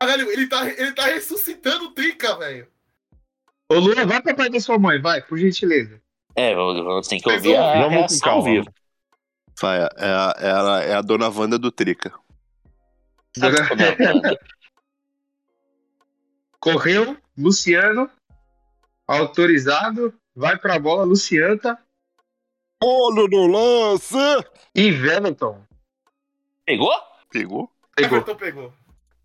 Speaker 6: Caralho, ele tá, ele tá ressuscitando o Trica, velho.
Speaker 8: Ô, Luan, vai pra parte da sua mãe, vai, por gentileza.
Speaker 1: É, vamos, vamos ter que
Speaker 8: Mas
Speaker 1: ouvir
Speaker 8: vamos-
Speaker 1: a
Speaker 8: vamos com
Speaker 1: reação ao
Speaker 8: calma.
Speaker 1: vivo.
Speaker 5: Vai, é, a, é, a, é a dona Wanda do Trica.
Speaker 1: é?
Speaker 8: Correu, Luciano, autorizado, vai pra bola, Lucianta.
Speaker 5: Olho no lance!
Speaker 8: E Veneton.
Speaker 1: Pegou?
Speaker 5: Pegou.
Speaker 8: Pegou.
Speaker 6: Everton pegou.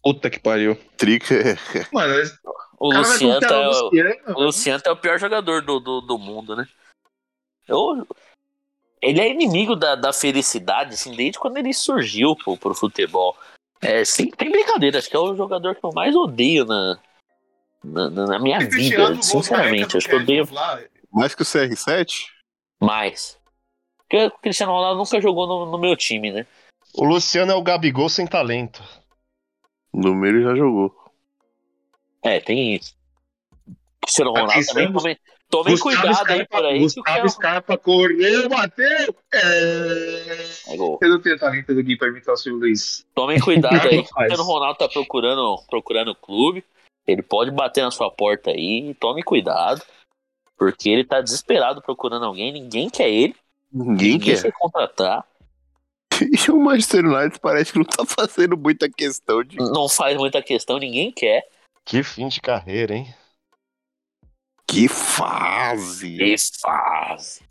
Speaker 13: Puta que pariu.
Speaker 5: Trica. é
Speaker 8: Mano,
Speaker 1: O
Speaker 5: Cara, mas
Speaker 1: Luciano
Speaker 5: não
Speaker 1: tá,
Speaker 5: tá
Speaker 1: é o,
Speaker 5: Luciano,
Speaker 1: o Luciano tá o pior jogador do, do, do mundo, né? Eu- ele é inimigo da, da felicidade, assim, desde quando ele surgiu pro, pro futebol. É, sem, sem brincadeira, acho que é o jogador que eu mais odeio na, na, na- na minha
Speaker 5: Esse
Speaker 1: vida,
Speaker 5: tirando o
Speaker 1: sinceramente. Acho que eu
Speaker 6: é
Speaker 1: odeio
Speaker 5: Mais que o CR7?
Speaker 1: mais. Porque o Cristiano Ronaldo nunca jogou no, no meu time, né?
Speaker 9: O Luciano é o Gabigol sem talento.
Speaker 5: No meio ele já jogou.
Speaker 1: É, tem isso. Cristiano Ronaldo
Speaker 8: Atenção,
Speaker 1: também. Tomem, tomem
Speaker 8: Gustavo
Speaker 1: cuidado aí
Speaker 8: Scarpa-
Speaker 1: por aí. que é um- o
Speaker 8: Gustavo
Speaker 1: cara-
Speaker 8: Scarpa correu, bateu.
Speaker 1: É gol.
Speaker 8: Eu não tenho talento do Gui pra imitar o Silvio Luiz.
Speaker 1: Tomem cuidado aí, que o
Speaker 8: Faz.
Speaker 1: Cristiano Ronaldo tá procurando procurando o clube. Ele pode bater na sua porta aí, tome cuidado, porque ele tá desesperado procurando alguém, ninguém quer ele.
Speaker 5: Ninguém quer.
Speaker 1: quer contratar.
Speaker 5: E o Manchester United parece que não tá fazendo muita questão de.
Speaker 1: Não faz muita questão, ninguém quer.
Speaker 9: Que fim de carreira, hein?
Speaker 5: Que fase!
Speaker 1: Que fase!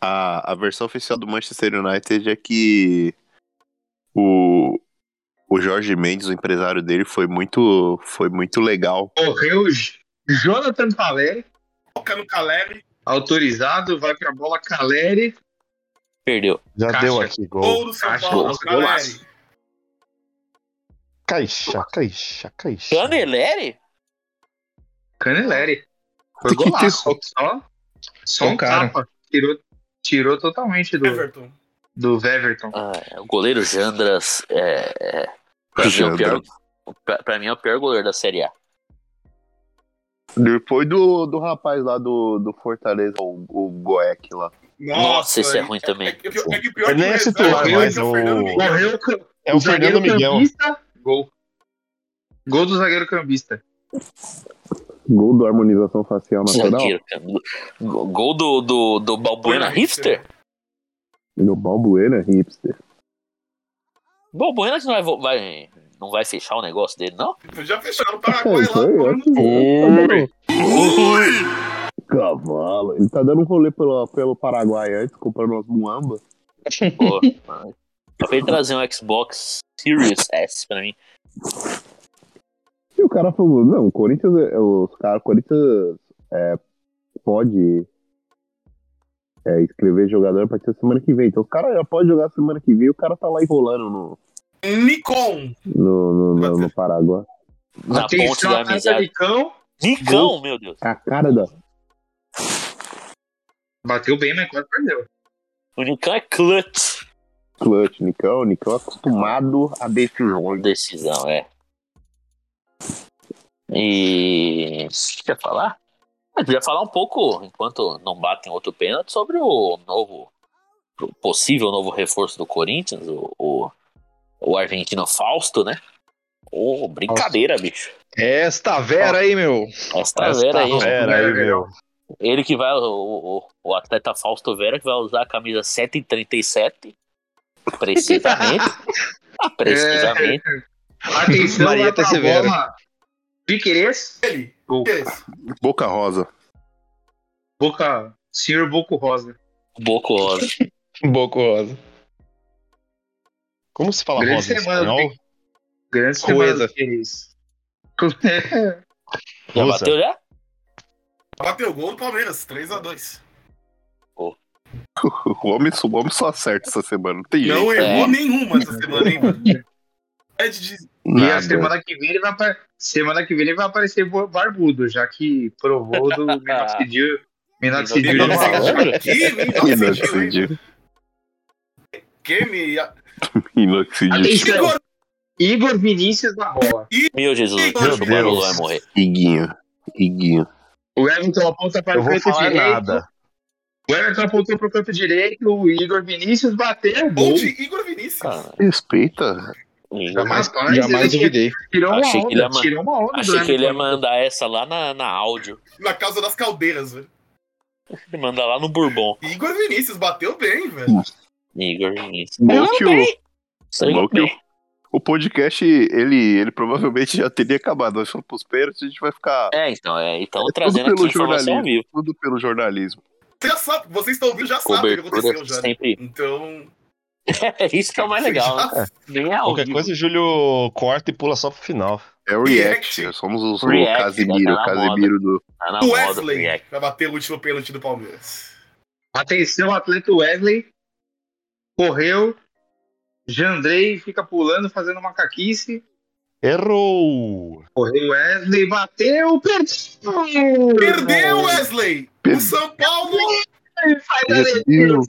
Speaker 5: A, a versão oficial do Manchester United é que o, o Jorge Mendes, o empresário dele, foi muito, foi muito legal.
Speaker 8: Correu Jonathan Paleri.
Speaker 6: Toca no Caleri.
Speaker 8: Autorizado, vai pra bola Caleri.
Speaker 1: Perdeu.
Speaker 9: Já
Speaker 8: Caixa.
Speaker 9: deu aqui gol.
Speaker 8: Caixa,
Speaker 9: Gol.
Speaker 8: Caleri.
Speaker 9: Caixa, caixa, caixa.
Speaker 1: Caneleri?
Speaker 8: Caneleri. Foi golaço. Só, só um
Speaker 1: Tocaram.
Speaker 8: tapa. Tirou, tirou totalmente do
Speaker 6: Everton.
Speaker 8: do Everton.
Speaker 1: É, o goleiro Jandras é. é pra, mim é o pior,
Speaker 5: Jandras.
Speaker 1: pra, pra mim é o pior goleiro da Série A.
Speaker 5: Depois do, do rapaz lá do, do Fortaleza, o, o Goek lá.
Speaker 1: Nossa, esse é ruim também.
Speaker 9: Ele nem é titular, mas o.
Speaker 8: Correu
Speaker 9: É o
Speaker 8: zagueiro
Speaker 9: Fernando Miguel.
Speaker 8: Campista, gol. Gol do zagueiro cambista.
Speaker 5: Gol do harmonização facial
Speaker 1: Zagueiro, cara. Go- Gol do, do, do Balbuena Hipster?
Speaker 5: Do Balbuena hipster.
Speaker 1: Balbuena que não vai, vo- vai- não vai fechar o negócio dele, não?
Speaker 6: Já fecharam o Paraguai lá.
Speaker 1: né?
Speaker 5: Cavalo. Ele tá dando um rolê pelo, pelo Paraguai antes, comprando umas muamba.
Speaker 1: Pô, mano. Acabei de trazer um Xbox Series S pra mim.
Speaker 5: E o cara falou, não, o Corinthians, é- os caras, Corinthians é, pode é, escrever jogador a partir da semana que vem. Então o cara já pode jogar semana que vem e o cara tá lá enrolando no,
Speaker 6: Nikon.
Speaker 5: no, no, no, no Paraguai.
Speaker 1: Na
Speaker 5: Atenção,
Speaker 1: ponte da
Speaker 5: a casa
Speaker 1: amizade.
Speaker 8: Nicão.
Speaker 1: Nicão, meu Deus.
Speaker 5: A cara da.
Speaker 8: Bateu bem, mas quase perdeu.
Speaker 1: O Nicão é clutch.
Speaker 5: Clutch, Nicão, Nicão é acostumado a decisões.
Speaker 1: Decisão, é. E. Quer falar? Eu queria falar um pouco, enquanto não batem outro pênalti, sobre o novo. o possível novo reforço do Corinthians, o, o, o argentino Fausto, né? Ô, brincadeira, bicho.
Speaker 13: Esta vera aí, meu.
Speaker 1: Esta
Speaker 9: tá
Speaker 1: Vera aí,
Speaker 13: Vera aí,
Speaker 8: É,
Speaker 13: meu.
Speaker 1: Ele que vai, o, o, o atleta Fausto Vera, que vai usar a camisa 737. Precisamente. precisamente.
Speaker 8: é,
Speaker 1: Maria
Speaker 8: Atenção, Maria vai pra
Speaker 1: Tessevera.
Speaker 8: bola. Piqueires.
Speaker 6: Ele.
Speaker 8: Gol.
Speaker 5: Boca Rosa.
Speaker 8: Boca. Senhor Boco Rosa.
Speaker 1: Boco Rosa.
Speaker 13: Boco Rosa.
Speaker 9: Como se fala
Speaker 8: Grande
Speaker 9: rosa em
Speaker 8: semana do
Speaker 9: espanhol?
Speaker 8: Grande
Speaker 9: Coisa.
Speaker 8: semana do Piqueires. É.
Speaker 1: Já
Speaker 9: Rosa.
Speaker 1: bateu já?
Speaker 6: Bateu o gol do Palmeiras, 3x2.
Speaker 5: O homem, o homem só acerta essa semana, não tem
Speaker 6: Não
Speaker 5: jeito.
Speaker 1: é.
Speaker 6: errou nenhuma essa semana, hein, mano? É de dizer.
Speaker 8: E a semana que vem ele vai apa- semana que vem ele vai aparecer bo- barbudo, já que provou do minoxidil. Minoxidil é de
Speaker 5: é
Speaker 6: Minoxidil. Que minoxidil,
Speaker 5: hein?
Speaker 6: Que me.
Speaker 5: Inoxidil.
Speaker 8: Igor, Igor Vinícius da Rola.
Speaker 1: Meu Jesus,
Speaker 8: Meu
Speaker 1: o Barolo vai
Speaker 8: Deus.
Speaker 1: morrer.
Speaker 5: Iguinho. Iguinho.
Speaker 8: O Everton aponta para
Speaker 5: Eu
Speaker 8: o
Speaker 5: vou
Speaker 8: canto
Speaker 5: falar
Speaker 8: direito.
Speaker 5: nada.
Speaker 8: O Everton apontou para o canto direito, o Igor Vinícius bateu. Gol.
Speaker 6: Onde Igor Vinícius?
Speaker 5: Respeita.
Speaker 8: Jamais, jamais duvidei. Tirou uma
Speaker 1: achei que ele
Speaker 8: onda,
Speaker 1: ia man-
Speaker 8: tirou uma onda.
Speaker 1: Achei
Speaker 8: né,
Speaker 1: que ele ia
Speaker 8: mano?
Speaker 1: mandar essa lá na, na áudio.
Speaker 6: Na causa das caldeiras, velho.
Speaker 1: Ele manda lá no Bourbon.
Speaker 6: Igor Vinícius bateu bem, velho.
Speaker 1: Igor Vinícius.
Speaker 5: Bom que o,
Speaker 1: Sei
Speaker 5: bom que
Speaker 1: bem.
Speaker 5: o, o podcast, ele, ele provavelmente já teria acabado. Nós fomos pros pênaltis, a gente vai ficar.
Speaker 1: É, então, é. Então,
Speaker 5: tudo
Speaker 1: trazendo
Speaker 5: pelo
Speaker 1: aqui informação ao
Speaker 5: jornalismo,
Speaker 1: vivo.
Speaker 5: Tudo pelo jornalismo.
Speaker 6: Você já sabe, vocês estão ouvindo, já sabem o que aconteceu
Speaker 1: Cobertura
Speaker 6: já.
Speaker 1: sempre.
Speaker 6: Então.
Speaker 1: É isso que é o mais legal. né? Nem é ao
Speaker 11: Qualquer
Speaker 1: vivo.
Speaker 11: coisa o Júlio corta e pula só pro final.
Speaker 5: É o React. Somos os, o
Speaker 11: React,
Speaker 5: Casimiro,
Speaker 11: tá
Speaker 5: o
Speaker 11: na moda.
Speaker 5: Casimiro do.
Speaker 1: Ah,
Speaker 6: O Wesley vai bater o último pênalti do Palmeiras.
Speaker 8: Atenção, atleta Wesley. Correu. Jandrei fica pulando, fazendo macaquice.
Speaker 11: Errou!
Speaker 8: Correu Wesley, bateu, perdeu!
Speaker 6: Perdeu, Wesley! O
Speaker 5: Perdeu.
Speaker 6: São Paulo!
Speaker 5: Meu,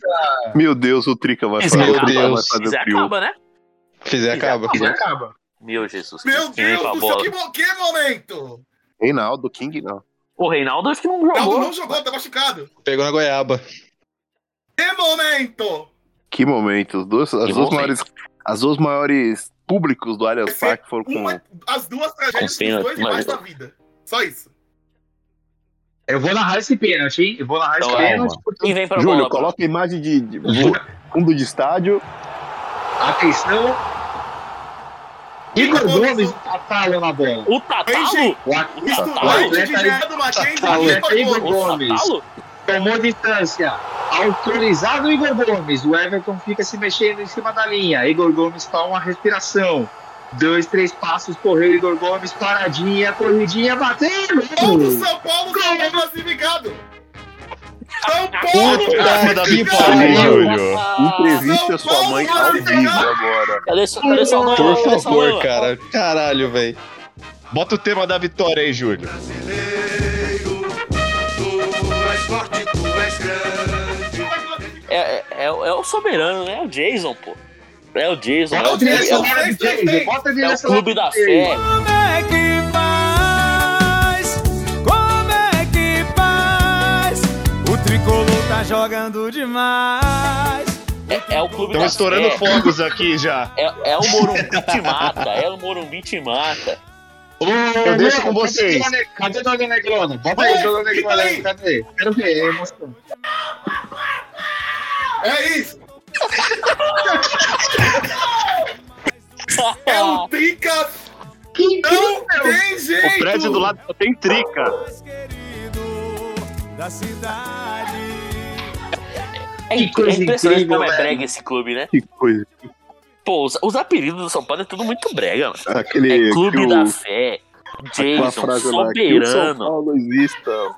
Speaker 5: meu Deus, o Trica vai fazer.
Speaker 1: Meu
Speaker 5: o Trica
Speaker 1: Deus.
Speaker 5: vai fazer
Speaker 1: Fizer
Speaker 5: o trio.
Speaker 1: acaba, né?
Speaker 9: Fizer acaba.
Speaker 1: Fizer
Speaker 8: acaba.
Speaker 1: Meu Jesus.
Speaker 6: Meu
Speaker 1: Cristo, que vem
Speaker 6: Deus
Speaker 1: com a
Speaker 6: do céu,
Speaker 1: bola.
Speaker 6: que, mo- que momento!
Speaker 5: Reinaldo, King não.
Speaker 1: O Reinaldo acho que não
Speaker 6: Caldo
Speaker 1: jogou.
Speaker 6: não jogou, tá machucado.
Speaker 9: Pegou na goiaba.
Speaker 6: Que momento!
Speaker 5: Que momento. Os dois, as,
Speaker 1: Que
Speaker 5: duas
Speaker 1: momento.
Speaker 5: maiores, as duas maiores públicos do Allianz Parque foram com.
Speaker 6: Uma-
Speaker 1: Hum.
Speaker 6: as duas
Speaker 5: Com
Speaker 6: tragédias dos
Speaker 5: pênalti,
Speaker 6: dois demais
Speaker 5: mas-
Speaker 6: da vida. Só isso.
Speaker 8: Eu vou narrar esse pênalti, hein? Eu vou narrar esse
Speaker 5: Então,
Speaker 8: pênalti.
Speaker 5: calma.
Speaker 8: porque-
Speaker 5: Júlio, coloca a imagem de, de vo- fundo de estádio.
Speaker 8: Atenção. Igor Gomes atala na bola.
Speaker 1: O Tatalo?
Speaker 8: O
Speaker 6: Estudante de Gera do Mackenzie
Speaker 8: Tatalo.
Speaker 6: e Igor
Speaker 8: Igor
Speaker 6: Gomes.
Speaker 8: Gomes. Tomou distância. Autorizado Igor Gomes. O Everton fica se mexendo em cima da linha. Igor Gomes toma uma respiração. Dois, três passos, correu Igor Gomes, paradinha, corridinha, bateu!
Speaker 11: Hum.
Speaker 1: É
Speaker 6: Gol do São Paulo, São Paulo classificado! São Paulo
Speaker 11: Puta que
Speaker 6: classificado!
Speaker 11: pariu, Júlio.
Speaker 5: Entrevista sua mãe ao vivo agora.
Speaker 1: Cadê sua, cadê sua mãe?
Speaker 9: Por
Speaker 1: Cadê sua
Speaker 9: favor,
Speaker 1: mãe?
Speaker 9: cara. Caralho, velho.
Speaker 11: Bota o tema da vitória aí, Júlio.
Speaker 7: Tu és forte, tu és grande.
Speaker 1: É, é, é, o- é o soberano, né? É o Jason, pô. É o Jason.
Speaker 7: Bota
Speaker 1: É o,
Speaker 7: a direção
Speaker 1: é o-
Speaker 7: lá do Jason, bota a
Speaker 1: é o
Speaker 7: direção
Speaker 1: clube
Speaker 7: lá
Speaker 1: da
Speaker 7: do Jason.
Speaker 1: fé.
Speaker 7: Como é que faz? Como é que faz? O tricolor tá jogando demais.
Speaker 1: É, é o clube
Speaker 11: Estão
Speaker 1: da
Speaker 11: estourando
Speaker 1: fé.
Speaker 11: fogos aqui já.
Speaker 1: É, é o Morumbi te mata. É o Morumbi te mata.
Speaker 11: Eu deixo com vocês.
Speaker 8: Cadê Dona Negrona? Bota aí, Dona Negrona. aí, Cadê? Quero ver, é emoção.
Speaker 6: É isso! é um trica!
Speaker 8: Que
Speaker 6: Não tem jeito!
Speaker 11: O prédio do lado só tem trica.
Speaker 7: Da cidade.
Speaker 1: É,
Speaker 8: Que coisa
Speaker 1: é impressionante
Speaker 8: incrível,
Speaker 1: como é
Speaker 8: velho.
Speaker 1: brega esse clube, né?
Speaker 5: Que coisa.
Speaker 1: Pô, os, os apelidos do São Paulo é tudo muito brega, mano.
Speaker 5: Aquele-
Speaker 1: é Clube
Speaker 5: que o-
Speaker 1: da Fé,
Speaker 5: Aquela
Speaker 1: Jason,
Speaker 5: frase lá, que o São
Speaker 1: soberano.
Speaker 5: Paulo exista.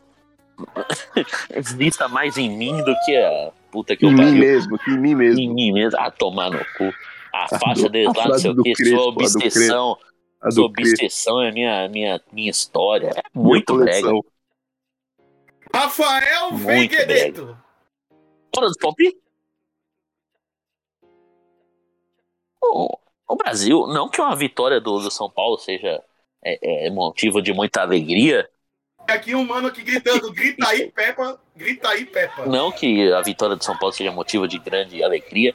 Speaker 1: Vista mais em mim do que a puta que
Speaker 5: Em
Speaker 1: eu
Speaker 5: mim
Speaker 1: pariu.
Speaker 5: mesmo, que em mim mesmo.
Speaker 1: Em mim mesmo. Ah, tomar no cu. A
Speaker 5: A
Speaker 1: faixa
Speaker 5: do-
Speaker 1: deles
Speaker 5: a
Speaker 1: lá, não
Speaker 5: frase
Speaker 1: sei o
Speaker 5: do
Speaker 1: que,
Speaker 5: Crespo,
Speaker 1: sua
Speaker 5: a do Crespo.
Speaker 1: obsessão.
Speaker 5: A do
Speaker 1: Sua
Speaker 5: Crespo.
Speaker 1: obsessão é a minha, minha, minha história. É muito
Speaker 5: Minha
Speaker 1: brega.
Speaker 5: coleção.
Speaker 6: Rafael
Speaker 1: Muito
Speaker 6: Figueiredo!
Speaker 1: Fora dos palpites? O, o Brasil, não que uma vitória do, do São Paulo seja é, é, motivo de muita alegria,
Speaker 6: E Aqui um mano aqui gritando, grita aí, Peppa! Grita aí, Peppa!
Speaker 1: não que a vitória do São Paulo seja motivo de grande alegria,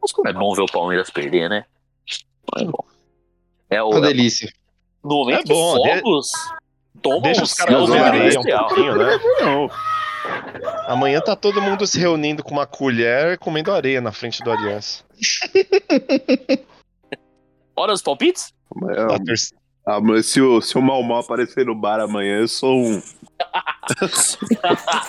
Speaker 1: mas como é bom ver o Palmeiras perder, né? Não é bom. É o,
Speaker 9: Uma delícia.
Speaker 1: No momento
Speaker 11: É bom,
Speaker 1: que
Speaker 11: de-
Speaker 1: Fogos toma
Speaker 11: deixa
Speaker 1: um
Speaker 11: os caras
Speaker 1: céu
Speaker 11: comerem aí um
Speaker 1: industrial.
Speaker 11: pouquinho, né?
Speaker 5: Não.
Speaker 11: Amanhã tá todo mundo se reunindo com uma colher e comendo areia na frente do Aliança.
Speaker 1: Hora dos palpites?
Speaker 5: Ah, Ah, mas se o, se o Mal Mal aparecer no bar amanhã, eu sou um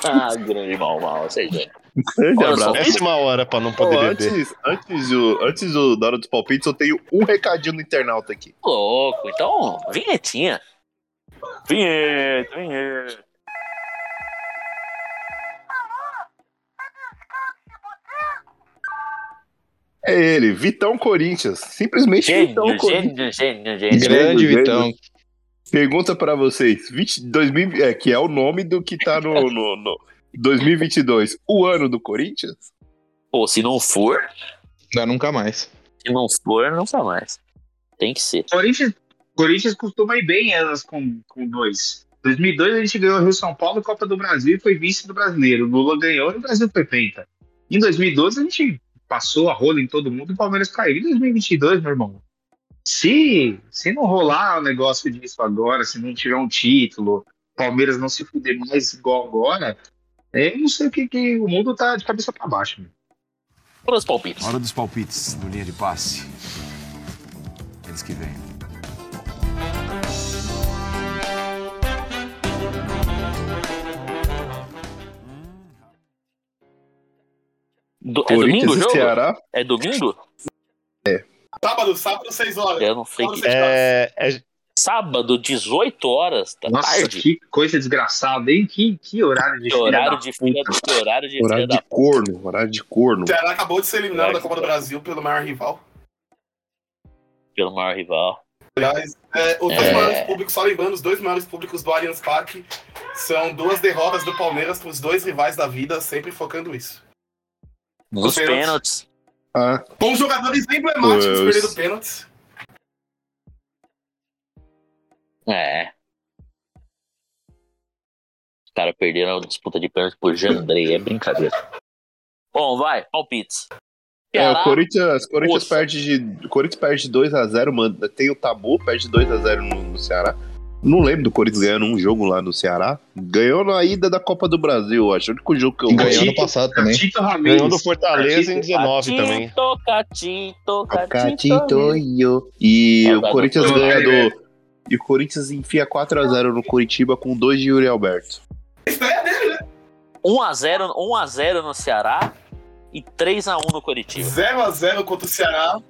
Speaker 1: Ah, grande mal, mal, seja.
Speaker 5: grande
Speaker 1: Olha só,
Speaker 5: abraço.
Speaker 1: esse
Speaker 11: Uma hora pra não
Speaker 5: Ó,
Speaker 11: poder beber.
Speaker 5: antes, antes, do, antes do, da hora dos palpites, eu tenho um recadinho do internauta aqui.
Speaker 1: Louco, então, vinhetinha. Vinheta, vinheta.
Speaker 5: É ele, Vitão Corinthians. Simplesmente Vitão
Speaker 1: Gênio,
Speaker 5: Corinthians.
Speaker 1: gênio, gênio, gênio.
Speaker 5: Grande
Speaker 9: Vitão.
Speaker 5: Pergunta pra vocês, 20, 2000, é, que é o nome do que tá no, no, no 2022, o ano do Corinthians?
Speaker 1: Pô, se não for,
Speaker 9: Não, nunca mais.
Speaker 1: se não for, nunca mais. Tem que ser.
Speaker 8: Corinthians, Corinthians costuma ir bem elas com, com dois. 2002 a gente ganhou o Rio São Paulo, Copa do Brasil e foi vice do brasileiro. O Lula ganhou e o Brasil foi penta. Em 2012 a gente passou a rola em todo mundo e o Palmeiras caiu. Em 2022, meu irmão, se, se não rolar o negócio disso agora, se não tiver um título, Palmeiras não se fuder mais igual agora, eu não sei o que, que o mundo tá de cabeça pra baixo. meu.
Speaker 1: Hora dos palpites.
Speaker 14: Hora dos palpites, do linha de passe. Eles que vêm.
Speaker 1: Do- é
Speaker 5: Corinthians
Speaker 1: domingo o
Speaker 5: e
Speaker 1: jogo?
Speaker 5: Ceará.
Speaker 1: É domingo?
Speaker 6: Sábado, sábado, 6 horas.
Speaker 1: Eu não sei que.
Speaker 11: É,
Speaker 1: Sábado, 18 horas da
Speaker 8: Nossa,
Speaker 1: tarde.
Speaker 8: que coisa desgraçada, hein? Que, que horário de
Speaker 1: Que horário
Speaker 8: filha
Speaker 1: de filha da que horário de filha
Speaker 5: Horário
Speaker 1: da
Speaker 5: de corno, horário de corno.
Speaker 6: O Ceará acabou de ser
Speaker 11: É.
Speaker 6: eliminado da Copa do Brasil pelo maior rival.
Speaker 1: pelo maior rival.
Speaker 6: Aliás, é, os dois
Speaker 1: É.
Speaker 6: maiores públicos, só lembrando, os dois maiores públicos do Allianz Parque são duas derrotas do Palmeiras para os dois rivais da vida, sempre focando isso.
Speaker 1: Nos pênaltis.
Speaker 5: Ah,
Speaker 6: Com jogadores emblemáticos
Speaker 1: Pois.
Speaker 6: perdendo pênaltis.
Speaker 1: É. Os caras perderam a disputa de pênalti por Jandrei. É brincadeira. Bom, vai. Palpites.
Speaker 5: É, o
Speaker 1: Ceará,
Speaker 5: Corinthians, Corinthians perde de o Corinthians perde de 2 a 0, manda, tem o Tabu, perde 2 a 0 no, no Ceará. Não lembro do Corinthians ganhando um jogo lá no Ceará. Ganhou na ida da Copa do Brasil, acho. O único jogo que eu
Speaker 9: Ganhou ano passado também.
Speaker 11: Ganhou do Fortaleza em
Speaker 5: é
Speaker 11: 19
Speaker 1: Catito,
Speaker 11: também.
Speaker 1: Catito, Catito.
Speaker 5: Catitoio. E o
Speaker 1: Saudade
Speaker 5: Corinthians
Speaker 1: do
Speaker 5: ganha
Speaker 1: Corinthians.
Speaker 5: do. E o Corinthians enfia 4x0 no Curitiba com dois de Yuri Alberto.
Speaker 1: 1x0 1x0 no Ceará e 3x1 no Curitiba.
Speaker 6: 0x0 contra o Ceará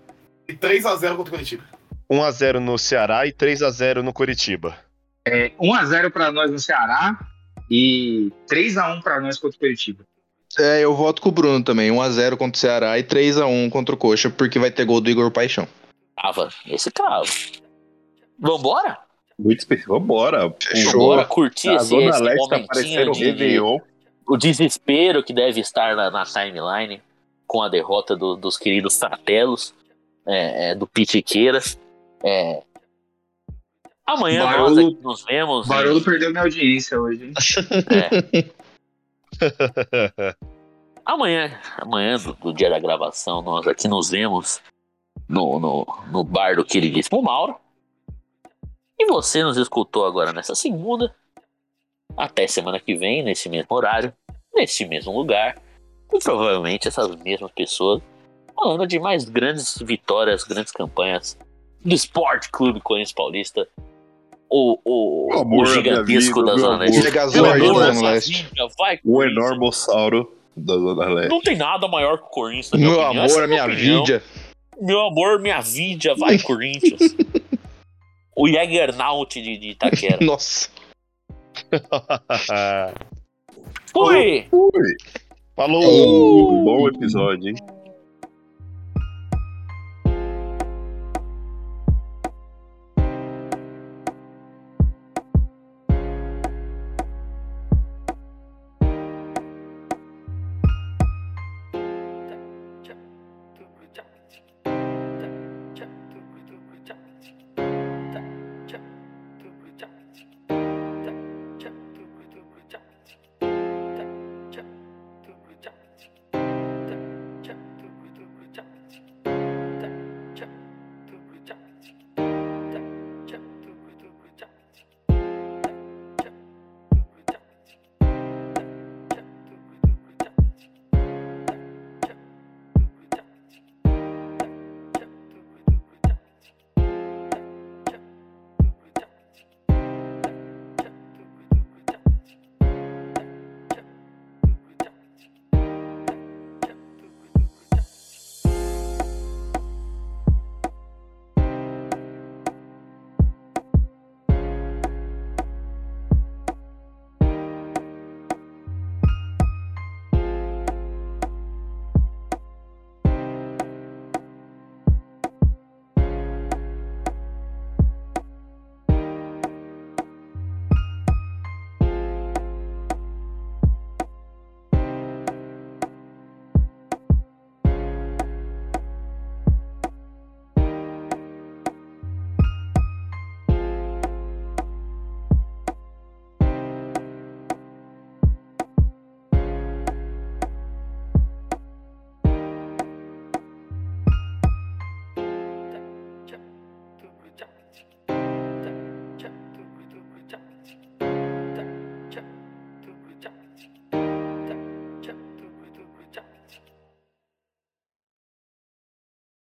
Speaker 6: e 3x0 contra o Curitiba.
Speaker 11: 1x0 no Ceará e 3x0 no Curitiba.
Speaker 8: É, 1x0 pra nós no Ceará e 3x1 pra nós contra o Curitiba.
Speaker 9: É, eu voto com o Bruno também. 1x0 contra o Ceará e 3x1 contra o Coxa, porque vai ter gol do Igor Paixão.
Speaker 1: Tava esse cravo. Vambora?
Speaker 5: Muito específico. Vambora.
Speaker 1: Vambora curtir
Speaker 5: A
Speaker 1: esse,
Speaker 5: Zona
Speaker 1: esse
Speaker 5: Leste tá parecendo
Speaker 1: momentinho
Speaker 5: o
Speaker 1: de,
Speaker 5: Réveillon.
Speaker 1: o desespero que deve estar na, na timeline com a derrota do- dos queridos Fratelos, é, é, do Pitiqueiras. É. Amanhã nós
Speaker 8: Barolo-
Speaker 1: aqui nos vemos. né?
Speaker 8: Barolo perdeu minha audiência hoje, hein?
Speaker 1: Amanhã, amanhã do, do dia da gravação, nós aqui nos vemos no, no, no bar do queridíssimo Mauro. E você nos escutou agora nessa segunda. Até semana que vem, nesse mesmo horário, nesse mesmo lugar. E provavelmente essas mesmas pessoas falando de mais grandes vitórias, grandes campanhas do Esporte Clube Corinthians Paulista. O, o,
Speaker 5: Meu amor,
Speaker 1: o gigantesco
Speaker 5: meu
Speaker 1: da
Speaker 5: amigo,
Speaker 1: Zona
Speaker 5: meu
Speaker 1: Leste.
Speaker 5: amor. é
Speaker 1: Meu amor,
Speaker 5: Zona
Speaker 1: essa
Speaker 5: Leste.
Speaker 1: zica, vai,
Speaker 5: O enormossauro da Zona Leste.
Speaker 1: não tem nada maior que o Corinthians. na
Speaker 5: Meu
Speaker 1: opinião.
Speaker 5: amor,
Speaker 1: Essa é
Speaker 5: a minha
Speaker 1: opinião.
Speaker 5: vida.
Speaker 1: Meu amor, minha vida, vai, Corinthians. o Jägernaut de, de Itaquera.
Speaker 9: Nossa.
Speaker 1: Fui!
Speaker 5: Fui!
Speaker 11: Falou!
Speaker 5: Um Bom episódio, hein?